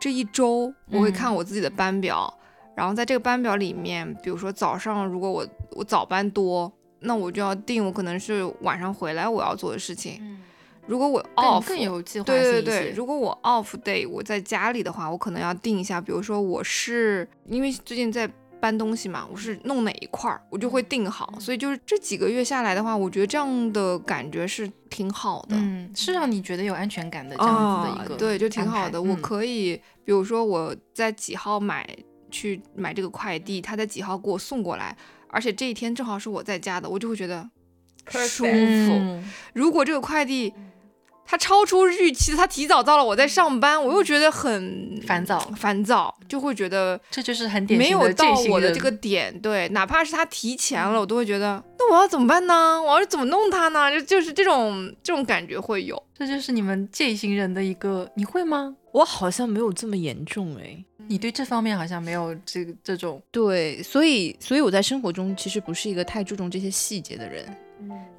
[SPEAKER 1] 这一周我会
[SPEAKER 3] 嗯
[SPEAKER 1] 看我自己的班表，然后在这个班表里面，比如说早上如果我我早班多，那我就要定我可能是晚上回来我要做的事情。
[SPEAKER 3] 嗯，
[SPEAKER 1] 如果我
[SPEAKER 3] 哦，
[SPEAKER 1] off，
[SPEAKER 3] 更有计划性
[SPEAKER 1] 对对
[SPEAKER 3] 一
[SPEAKER 1] 对，
[SPEAKER 3] 些
[SPEAKER 1] 如果我 off day 我在家里的话，我可能要定一下，比如说我是因为最近在搬东西嘛，我是弄哪一块儿，我就会定好。所以就是这几个月下来的话，我觉得这样的感觉是挺好的。
[SPEAKER 3] 嗯，是让你觉得有安全感的这样子
[SPEAKER 1] 啊，
[SPEAKER 3] 的一个、嗯
[SPEAKER 1] 对，就挺好的。我
[SPEAKER 3] 可
[SPEAKER 1] 可以，比如说我在几号买去买这个快递，他在几号给我送过来，而且这一天正好是我在家的，我就会觉得舒服。
[SPEAKER 3] 嗯
[SPEAKER 1] 如果这个快递它超出预期，它提早到了，我在上班，我又觉得很
[SPEAKER 3] 烦躁
[SPEAKER 1] 嗯烦躁，就会觉得
[SPEAKER 3] 这就是很典
[SPEAKER 1] 嗯没
[SPEAKER 3] 型
[SPEAKER 1] 有
[SPEAKER 3] 这
[SPEAKER 1] 到
[SPEAKER 3] 型
[SPEAKER 1] 我的
[SPEAKER 3] 人
[SPEAKER 1] 这个嗯点。对，哪怕是它提前了，我都会觉得，那我要怎么办呢？我要怎么弄它呢？就就是这种这种感觉会有。
[SPEAKER 3] 这就是你们这型人的一个，你会吗？
[SPEAKER 2] 我好像没有这么严重哎，
[SPEAKER 3] 你对这方面好像没有这个这种，
[SPEAKER 2] 对，所以所以我在生活中其实不是一个太注重这些细节的人。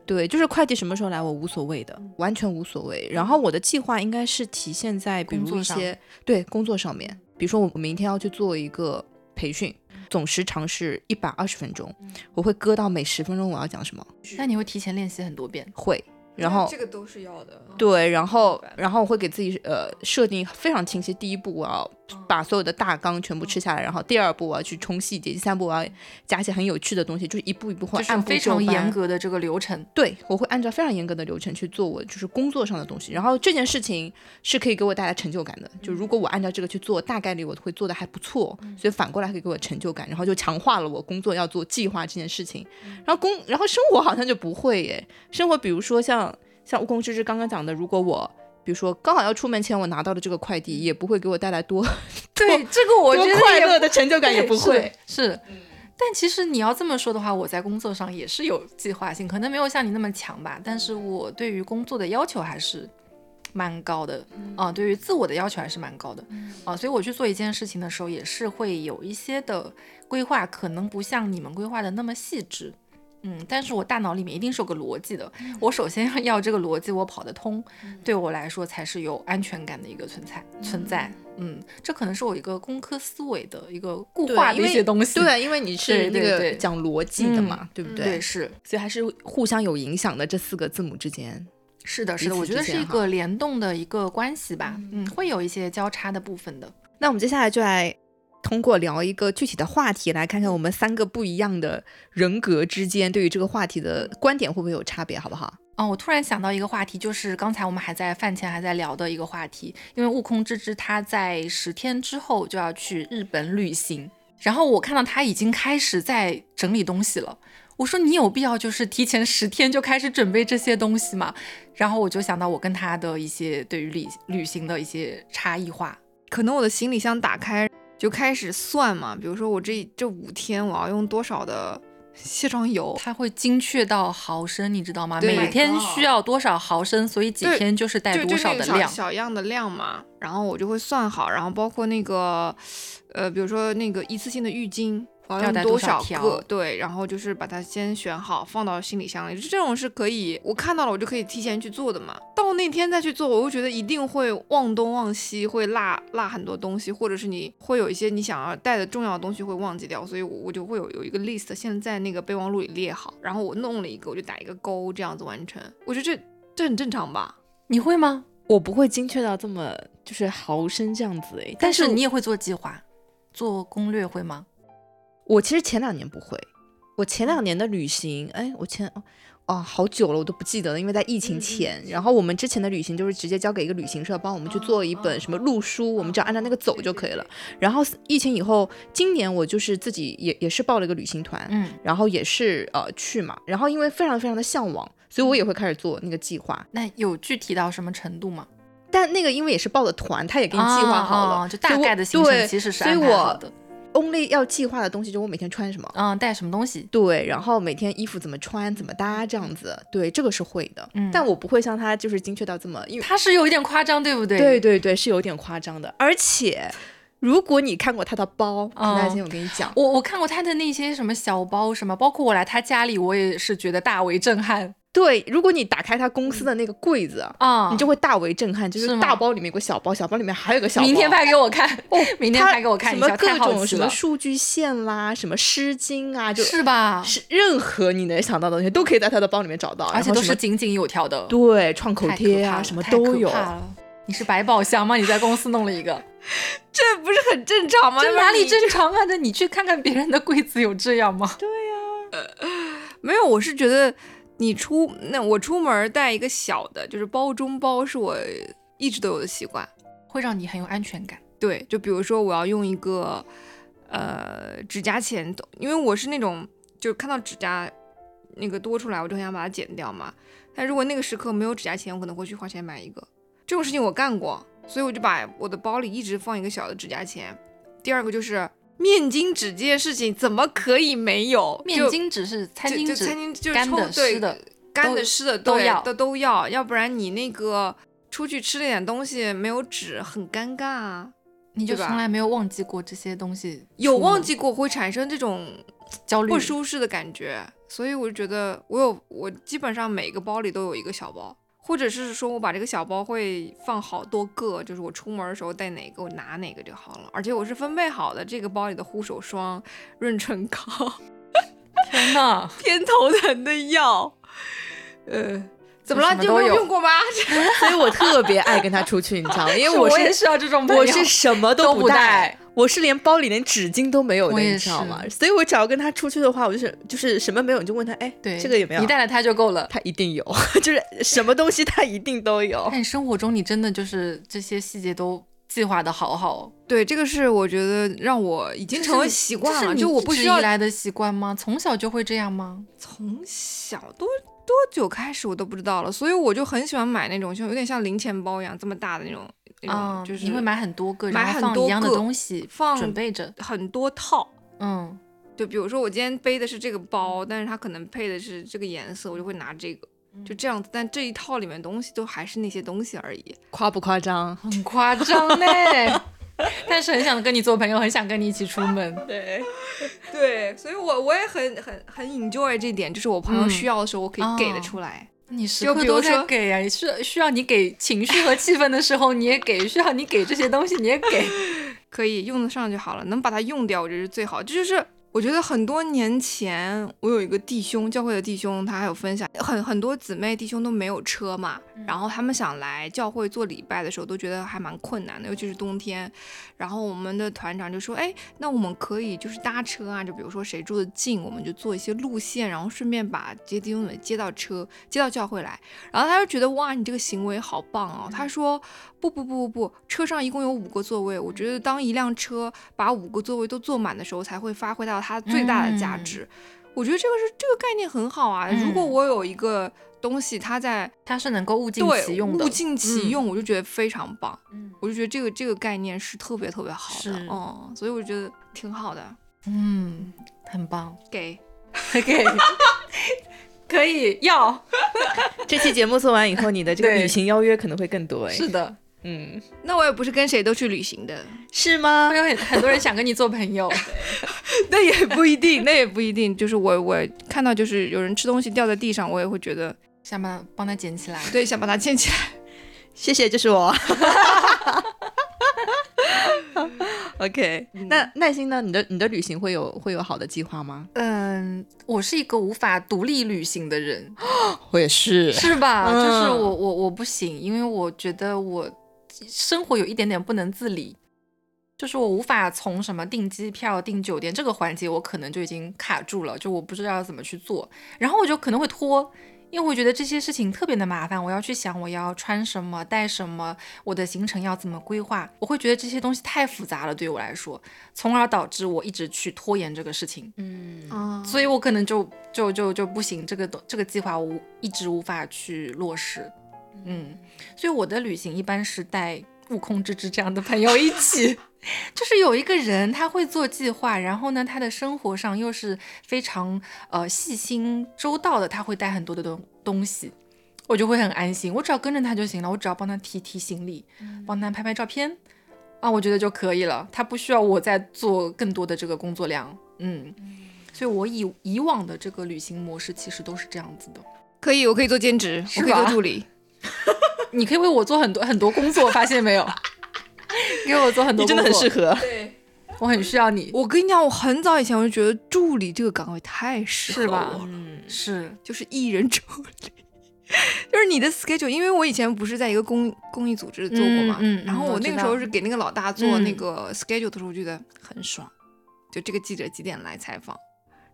[SPEAKER 2] 对，就是快递什么时候来我无所谓的，完全无所谓。然后我的计划应该是体现在比
[SPEAKER 3] 工
[SPEAKER 2] 如
[SPEAKER 3] 作
[SPEAKER 2] 一
[SPEAKER 3] 上
[SPEAKER 2] 些对工作上面，比如说我明天要去做一个培训，总时长是一百二十分钟，我会割到每十分钟我要讲什么
[SPEAKER 3] 那你会提前练习很多遍，
[SPEAKER 2] 会，然后
[SPEAKER 1] 个都是要的。嗯
[SPEAKER 2] 对，然后
[SPEAKER 1] 白
[SPEAKER 2] 然后我会给自己呃设定非常清晰，第一步我要
[SPEAKER 3] 嗯
[SPEAKER 2] 把所有的大纲全部吃下来，然后第二步我要去冲细节，第三步我要加一些很有趣的东西，就是一步一步会
[SPEAKER 3] 就是
[SPEAKER 2] 按部
[SPEAKER 3] 非
[SPEAKER 2] 就
[SPEAKER 3] 常
[SPEAKER 2] 班
[SPEAKER 3] 严。格的这个 流程。
[SPEAKER 2] 对，我会按照非常严格的流程去做我就是工作上的东西，然后这件事情是可以给我带来成就感的。就如果我按照这个去做，大概率我会做的还不错，所以反过来可以给我成就感，然后就强化了我工作要做计划这件事情。然后工，然后生活好像就不会耶。生活比如说像像悟空之之刚刚讲的，如果我比如说刚好要出门前我拿到了这个快递，也不会给我带来多
[SPEAKER 3] 对，这个我
[SPEAKER 2] 多快乐的成就感，也不嗯会。
[SPEAKER 3] 是。是但其实你要这么说的话，我在工作上也是有计划性，可能没有像你那么强吧，但是
[SPEAKER 2] 嗯
[SPEAKER 3] 我对于工作的要求还是蛮高的
[SPEAKER 2] 嗯
[SPEAKER 3] 啊、对于自我的要求还是蛮高的啊、所以我去做一件事情的时候，也是会有一些的规划，可能不像你们规划的那么细致。嗯，但是我大脑里面一定是有个逻辑的，
[SPEAKER 2] 嗯
[SPEAKER 3] 我首先要要这个逻辑我跑得通，对我来说才是有安全感的一个存在存在。嗯，这可能是我一个工科思维的一个固化的
[SPEAKER 2] 因
[SPEAKER 3] 一
[SPEAKER 2] 为
[SPEAKER 3] 些东西。
[SPEAKER 2] 对，因为你是
[SPEAKER 3] 对
[SPEAKER 2] 那
[SPEAKER 3] 对
[SPEAKER 2] 个
[SPEAKER 3] 对
[SPEAKER 2] 讲逻辑的嘛，对不
[SPEAKER 3] 对，是
[SPEAKER 2] 所以还是互相有影响的。这四个字母之间，
[SPEAKER 3] 是的，
[SPEAKER 2] 彼
[SPEAKER 3] 是的，
[SPEAKER 2] 此
[SPEAKER 3] 我觉
[SPEAKER 2] 之
[SPEAKER 3] 得是
[SPEAKER 2] 间
[SPEAKER 3] 一
[SPEAKER 2] 哈
[SPEAKER 3] 个联动的一个关系吧。嗯，会有一些交叉的部分的。
[SPEAKER 2] 那我们接下来就来通过聊一个具体的话题，来看看我们三个不一样的人格之间对于这个话题的观点会不会有差别，好不好？
[SPEAKER 3] 哦，我突然想到一个话题，就是刚才我们还在饭前还在聊的一个话题，因为悟空之之他在十天之后就要去日本旅行，然后我看到他已经开始在整理东西了，我说你有必要就是提前十天就开始准备这些东西吗？然后我就想到我跟他的一些对于旅旅行的一些差异化，
[SPEAKER 1] 可能我的行李箱打开就开始算嘛，比如说我这这五天我要用多少的卸妆油，
[SPEAKER 3] 他会精确到毫升，你知道吗？
[SPEAKER 1] 对
[SPEAKER 3] 每天需要多少毫升，所以几
[SPEAKER 1] 对
[SPEAKER 3] 天就是带
[SPEAKER 1] 就
[SPEAKER 3] 多
[SPEAKER 1] 就
[SPEAKER 3] 少
[SPEAKER 1] 那
[SPEAKER 3] 的
[SPEAKER 1] 个
[SPEAKER 3] 量
[SPEAKER 1] 小。小样的量嘛，然后我就会算好，然后包括那个，呃，比如说那个一次性的浴巾，我
[SPEAKER 3] 要
[SPEAKER 1] 用
[SPEAKER 3] 带
[SPEAKER 1] 多
[SPEAKER 3] 多少
[SPEAKER 1] 少
[SPEAKER 3] 条
[SPEAKER 1] 个，对，然后就是把它先选好，放到行李箱里，就这种是可以，我看到了我就可以提前去做的嘛。到那天再去做，我会觉得一定会忘东忘西，会落落很多东西，或者是你会有一些你想要带的重要的东西会忘记掉，所以我我就会有有一个 list，现在那个备忘录里列好，然后我弄了一个，我就打一个勾，这样子完成。我觉得这这很正常吧。
[SPEAKER 3] 你会吗？
[SPEAKER 2] 我不会精确到这么就是毫升这样子诶，
[SPEAKER 3] 但
[SPEAKER 2] 是
[SPEAKER 3] 是你也会做计划，做攻略会吗？
[SPEAKER 2] 我其实前两年不会，我前两年的旅行，哎，我前哦好久了，我都不记得了，因为在疫情前。然后我们之前的旅行就是直接交给一个旅行社帮我们去做一本什么路书，我们只要按照那个走就可以了。然后疫情以后，今年我就是自己也也是报了一个旅行团，
[SPEAKER 3] 嗯，
[SPEAKER 2] 然后也是呃去嘛，然后因为非常非常的向往，所以我也
[SPEAKER 3] 嗯
[SPEAKER 2] 会开始做那个计划。
[SPEAKER 3] 那有具体到什么程度吗？
[SPEAKER 2] 但那个因为也是报的团，他也给你计划好了，
[SPEAKER 3] 啊啊就大
[SPEAKER 2] 所以我
[SPEAKER 3] 概的行程
[SPEAKER 2] 对
[SPEAKER 3] 其实是
[SPEAKER 2] 所以
[SPEAKER 3] 安排好
[SPEAKER 2] 我
[SPEAKER 3] 的。
[SPEAKER 2] only 要计划的东西就是我每天穿什么。
[SPEAKER 3] 嗯，带什么东西？
[SPEAKER 2] 对，然后每天衣服怎么穿、怎么搭这样子，对，这个是会的，
[SPEAKER 3] 嗯
[SPEAKER 2] 但我不会像他就是精确到这么，因为
[SPEAKER 3] 它是有一点夸张，对不对？
[SPEAKER 2] 对对对，是有点夸张的。而且，如果你看过他的包，陈大
[SPEAKER 3] 嗯
[SPEAKER 2] 仙，我跟你讲，
[SPEAKER 3] 我我看过他的那些什么小包什么，包括我来他家里，我也是觉得大为震撼
[SPEAKER 2] 对，如果你打开他公司的那个柜子，
[SPEAKER 3] 啊！
[SPEAKER 2] 你就会大为震撼，就是是
[SPEAKER 3] 吗
[SPEAKER 2] 大包里面有个小包，小包里面还有个小包，
[SPEAKER 3] 明天拍给我看， 明天
[SPEAKER 2] 他
[SPEAKER 3] 拍给我看一
[SPEAKER 2] 什
[SPEAKER 3] 下，
[SPEAKER 2] 么各
[SPEAKER 3] 太好
[SPEAKER 2] 种
[SPEAKER 3] 奇
[SPEAKER 2] 什
[SPEAKER 3] 了
[SPEAKER 2] 么，数据线啦，什么湿巾啊，就是
[SPEAKER 3] 吧？
[SPEAKER 2] 是任何你能想到的东西都可以在他的包里面找到，
[SPEAKER 3] 而
[SPEAKER 2] 然
[SPEAKER 3] 且
[SPEAKER 2] 后
[SPEAKER 3] 都
[SPEAKER 2] 什
[SPEAKER 3] 是
[SPEAKER 2] 么
[SPEAKER 3] 井井有条的，
[SPEAKER 2] 对创口
[SPEAKER 3] 太可
[SPEAKER 2] 贴
[SPEAKER 3] 怕
[SPEAKER 2] 啊，
[SPEAKER 3] 了
[SPEAKER 2] 什么
[SPEAKER 3] 太可
[SPEAKER 2] 都有。
[SPEAKER 3] 怕了你是百宝箱吗？你在公司弄了一个，
[SPEAKER 1] 这不是很正常吗？
[SPEAKER 3] 这
[SPEAKER 1] 要不然
[SPEAKER 3] 哪里
[SPEAKER 1] 你
[SPEAKER 3] 正常啊？那你去看看别人的柜子有这样 吗？
[SPEAKER 1] 没有？我是觉得你出那我出门带一个小的，就是包中包，是我一直都有的习惯。
[SPEAKER 3] 会让你很有安全感。
[SPEAKER 1] 对，就比如说我要用一个呃指甲钳，因为我是那种就是看到指甲那个多出来，我就很想把它剪掉嘛。但如果那个时刻没有指甲钳，我可能会去花钱买一个。这种事情我干过，所以我就把我的包里一直放一个小的指甲钳。第二个就是面巾纸这件事情怎么可以没有？
[SPEAKER 3] 面
[SPEAKER 1] 就
[SPEAKER 3] 巾纸是餐
[SPEAKER 1] 就
[SPEAKER 3] 巾
[SPEAKER 1] 就
[SPEAKER 3] 纸，
[SPEAKER 1] 餐巾就是
[SPEAKER 3] 干
[SPEAKER 1] 抽
[SPEAKER 3] 的
[SPEAKER 1] 对
[SPEAKER 3] 湿的，
[SPEAKER 1] 干
[SPEAKER 3] 都
[SPEAKER 1] 的湿的
[SPEAKER 3] 都
[SPEAKER 1] 对
[SPEAKER 3] 要
[SPEAKER 1] 都都要，要不然你那个出去吃了点东西没有纸，很尴尬啊。
[SPEAKER 3] 你就
[SPEAKER 1] 对吧
[SPEAKER 3] 从来没有忘记过这些东西出门，
[SPEAKER 1] 有忘记过会产生这种
[SPEAKER 3] 焦虑
[SPEAKER 1] 不舒适的感觉，所以我就觉得我有我基本上每个包里都有一个小包，或者是说我把这个小包会放好多个，就是我出门的时候带哪个我拿哪个就好了，而且我是分配好的，这个包里的护手霜、润唇膏、
[SPEAKER 3] 天 呐，
[SPEAKER 1] 偏头疼的药，呃，怎么了？
[SPEAKER 3] 什么
[SPEAKER 1] 你有
[SPEAKER 3] 都
[SPEAKER 1] 没有
[SPEAKER 3] 有
[SPEAKER 1] 用过吗？
[SPEAKER 2] 所以我特别爱跟他出去，你知 道吗？因为
[SPEAKER 3] 是我
[SPEAKER 2] 是
[SPEAKER 3] 也需要这种朋友
[SPEAKER 2] 我是什么
[SPEAKER 3] 都
[SPEAKER 2] 不
[SPEAKER 3] 不带
[SPEAKER 2] 我是连包里连纸巾都没有的，
[SPEAKER 3] 我也
[SPEAKER 2] 你知道吗？
[SPEAKER 3] 是
[SPEAKER 2] 所以我只要跟他出去的话，我就是就是什么没有你就问他，哎，
[SPEAKER 3] 对
[SPEAKER 2] 这个有没有
[SPEAKER 3] 你？带了它就够了。
[SPEAKER 2] 他一定有， 就是什么东西他一定都 有。
[SPEAKER 3] 但生活中你真的就是这些细节都计划的好好，
[SPEAKER 1] 对，这个是我觉得让我已经
[SPEAKER 3] 这是
[SPEAKER 1] 成为
[SPEAKER 3] 你
[SPEAKER 1] 习
[SPEAKER 3] 这
[SPEAKER 1] 惯
[SPEAKER 3] 是
[SPEAKER 1] 了，
[SPEAKER 3] 你
[SPEAKER 1] 就我
[SPEAKER 3] 一
[SPEAKER 1] 不
[SPEAKER 3] 直
[SPEAKER 1] 需要
[SPEAKER 3] 以来的习惯吗？从小就会这样吗？
[SPEAKER 1] 从小多多久开始我都不知道了，所以我就很喜欢买那种像有点像零钱包一样这么大的那种，那种、
[SPEAKER 3] 啊，
[SPEAKER 1] 就是
[SPEAKER 3] 你会买很多个，
[SPEAKER 1] 哦买
[SPEAKER 3] 然后
[SPEAKER 1] 很
[SPEAKER 3] 放
[SPEAKER 1] 多
[SPEAKER 3] 一样的
[SPEAKER 1] 个
[SPEAKER 3] 东西，
[SPEAKER 1] 放
[SPEAKER 3] 准备着。
[SPEAKER 1] 很多套。
[SPEAKER 3] 嗯，
[SPEAKER 1] 就比如说我今天背的是这个包，但是它可能配的是这个颜色，我就会拿这个，就这样子。但这一套里面东西都还是那些东西而已。
[SPEAKER 2] 夸不夸张？
[SPEAKER 3] 很夸张 呢，但是很想跟你做朋友，很想跟你一起出门。
[SPEAKER 2] 对，
[SPEAKER 1] 对，所以我我也很很很 enjoy 这点，就是我朋友
[SPEAKER 3] 嗯
[SPEAKER 1] 需要的时候我可以给得
[SPEAKER 3] 哦
[SPEAKER 1] 出来。
[SPEAKER 3] 你时
[SPEAKER 1] 就
[SPEAKER 3] 刻
[SPEAKER 1] 比
[SPEAKER 3] 都
[SPEAKER 1] 如
[SPEAKER 3] 在
[SPEAKER 1] 说
[SPEAKER 3] 给啊，需需要你给情绪和气氛的时候你也给，需要你给这些东西你也 给。
[SPEAKER 1] 可以用得上就好了，能把它用掉，我觉得是最好。这就是我觉得很多年前，我有一个弟兄，教会的弟兄，他还有分享，很很多姊妹弟兄都没有车嘛，
[SPEAKER 3] 嗯
[SPEAKER 1] 然后他们想来教会做礼拜的时候，都觉得还蛮困难的，尤其是冬天。然后我们的团长就说：“哎，那我们可以就是搭车啊，就比如说谁住的近，我们就做一些路线，然后顺便把这些弟兄们接到车，接到教会来。”然后他就觉得哇，你这个行为好棒哦。他说不不不不不，车上一共有五个座位，我觉得当一辆车把五个座位都坐满的时候，才会发挥到它最大的价值。我觉得这个是这个概念很好啊。如果
[SPEAKER 3] 嗯
[SPEAKER 1] 我有一个东西，它在
[SPEAKER 3] 它是能够物尽
[SPEAKER 1] 对
[SPEAKER 3] 其用的，
[SPEAKER 1] 物尽其
[SPEAKER 3] 嗯
[SPEAKER 1] 用，我就觉得非常棒。
[SPEAKER 3] 嗯
[SPEAKER 1] 我就觉得这个这个概念是特别特别好的
[SPEAKER 3] 是，
[SPEAKER 1] 嗯，所以我觉得挺好的。
[SPEAKER 3] 嗯，很棒，
[SPEAKER 1] 给
[SPEAKER 3] 给 可以要
[SPEAKER 2] 这期节目做完以后，你的这个
[SPEAKER 3] 对
[SPEAKER 2] 旅行邀约可能会更多哎。
[SPEAKER 3] 是的，
[SPEAKER 2] 嗯，
[SPEAKER 1] 那我也不是跟谁都去旅行的，
[SPEAKER 2] 是吗
[SPEAKER 3] 会？有很很多人想跟你做朋友，
[SPEAKER 1] 那也不一定，那也不一定。就是我我看到就是有人吃东西掉在地上，我也会觉得
[SPEAKER 3] 想把帮他捡起来。
[SPEAKER 1] 对，想把它捡起来。
[SPEAKER 2] 谢谢，就是我。OK，、那耐心呢？你的你的旅行会有会有好的计划吗？
[SPEAKER 3] 嗯，我是一个无法独立旅行的人，
[SPEAKER 2] 我也是
[SPEAKER 3] 是吧？就是
[SPEAKER 2] 嗯
[SPEAKER 3] 我我我不行，因为我觉得我生活有一点点不能自理，就是我无法从什么订机票、订酒店这个环节，我可能就已经卡住了，就我不知道要怎么去做，然后我就可能会拖。因为我觉得这些事情特别的麻烦，我要去想我要穿什么、带什么，我的行程要怎么规划，我会觉得这些东西太复杂了，对我来说，从而导致我一直去拖延这个事情。
[SPEAKER 2] 嗯，
[SPEAKER 1] 啊，
[SPEAKER 3] 所以我可能就就就就不行，这个东这个计划我无一直无法去落实，嗯，所以我的旅行一般是带悟空、芝芝这样的朋友一起， 就是有一个人他会做计划，然后呢，他的生活上又是非常呃细心周到的，他会带很多的东东西，我就会很安心，我只要跟着他就行了，我只要帮他提提行李，帮他拍拍照片。啊，我觉得就可以了，他不需要我再做更多的这个工作量，嗯，所以我以以往的这个旅行模式其实都是这样子的。
[SPEAKER 1] 可以，我可以做兼职，我可以
[SPEAKER 3] 吧
[SPEAKER 1] 做助理。
[SPEAKER 3] 你可以为我做很多很多工作，发现没有？ 给我做很多
[SPEAKER 2] 你
[SPEAKER 3] 工
[SPEAKER 2] 真的
[SPEAKER 3] 作，
[SPEAKER 2] 很适合。
[SPEAKER 3] 我很需要你，
[SPEAKER 1] 我跟你讲，我很早以前我就觉得助理这个岗位太适合
[SPEAKER 3] 是吧
[SPEAKER 1] 我了
[SPEAKER 2] 嗯，
[SPEAKER 3] 是
[SPEAKER 1] 就是艺人助理，就是你的 schedule，因为我以前不是在一个公公益组织做过嘛，
[SPEAKER 3] 嗯嗯嗯
[SPEAKER 1] 然后我那个
[SPEAKER 3] 我知道
[SPEAKER 1] 时候是给那个老大做
[SPEAKER 3] 嗯
[SPEAKER 1] 那个 schedule 的时候，我觉得很爽，就这个记者几点来采访，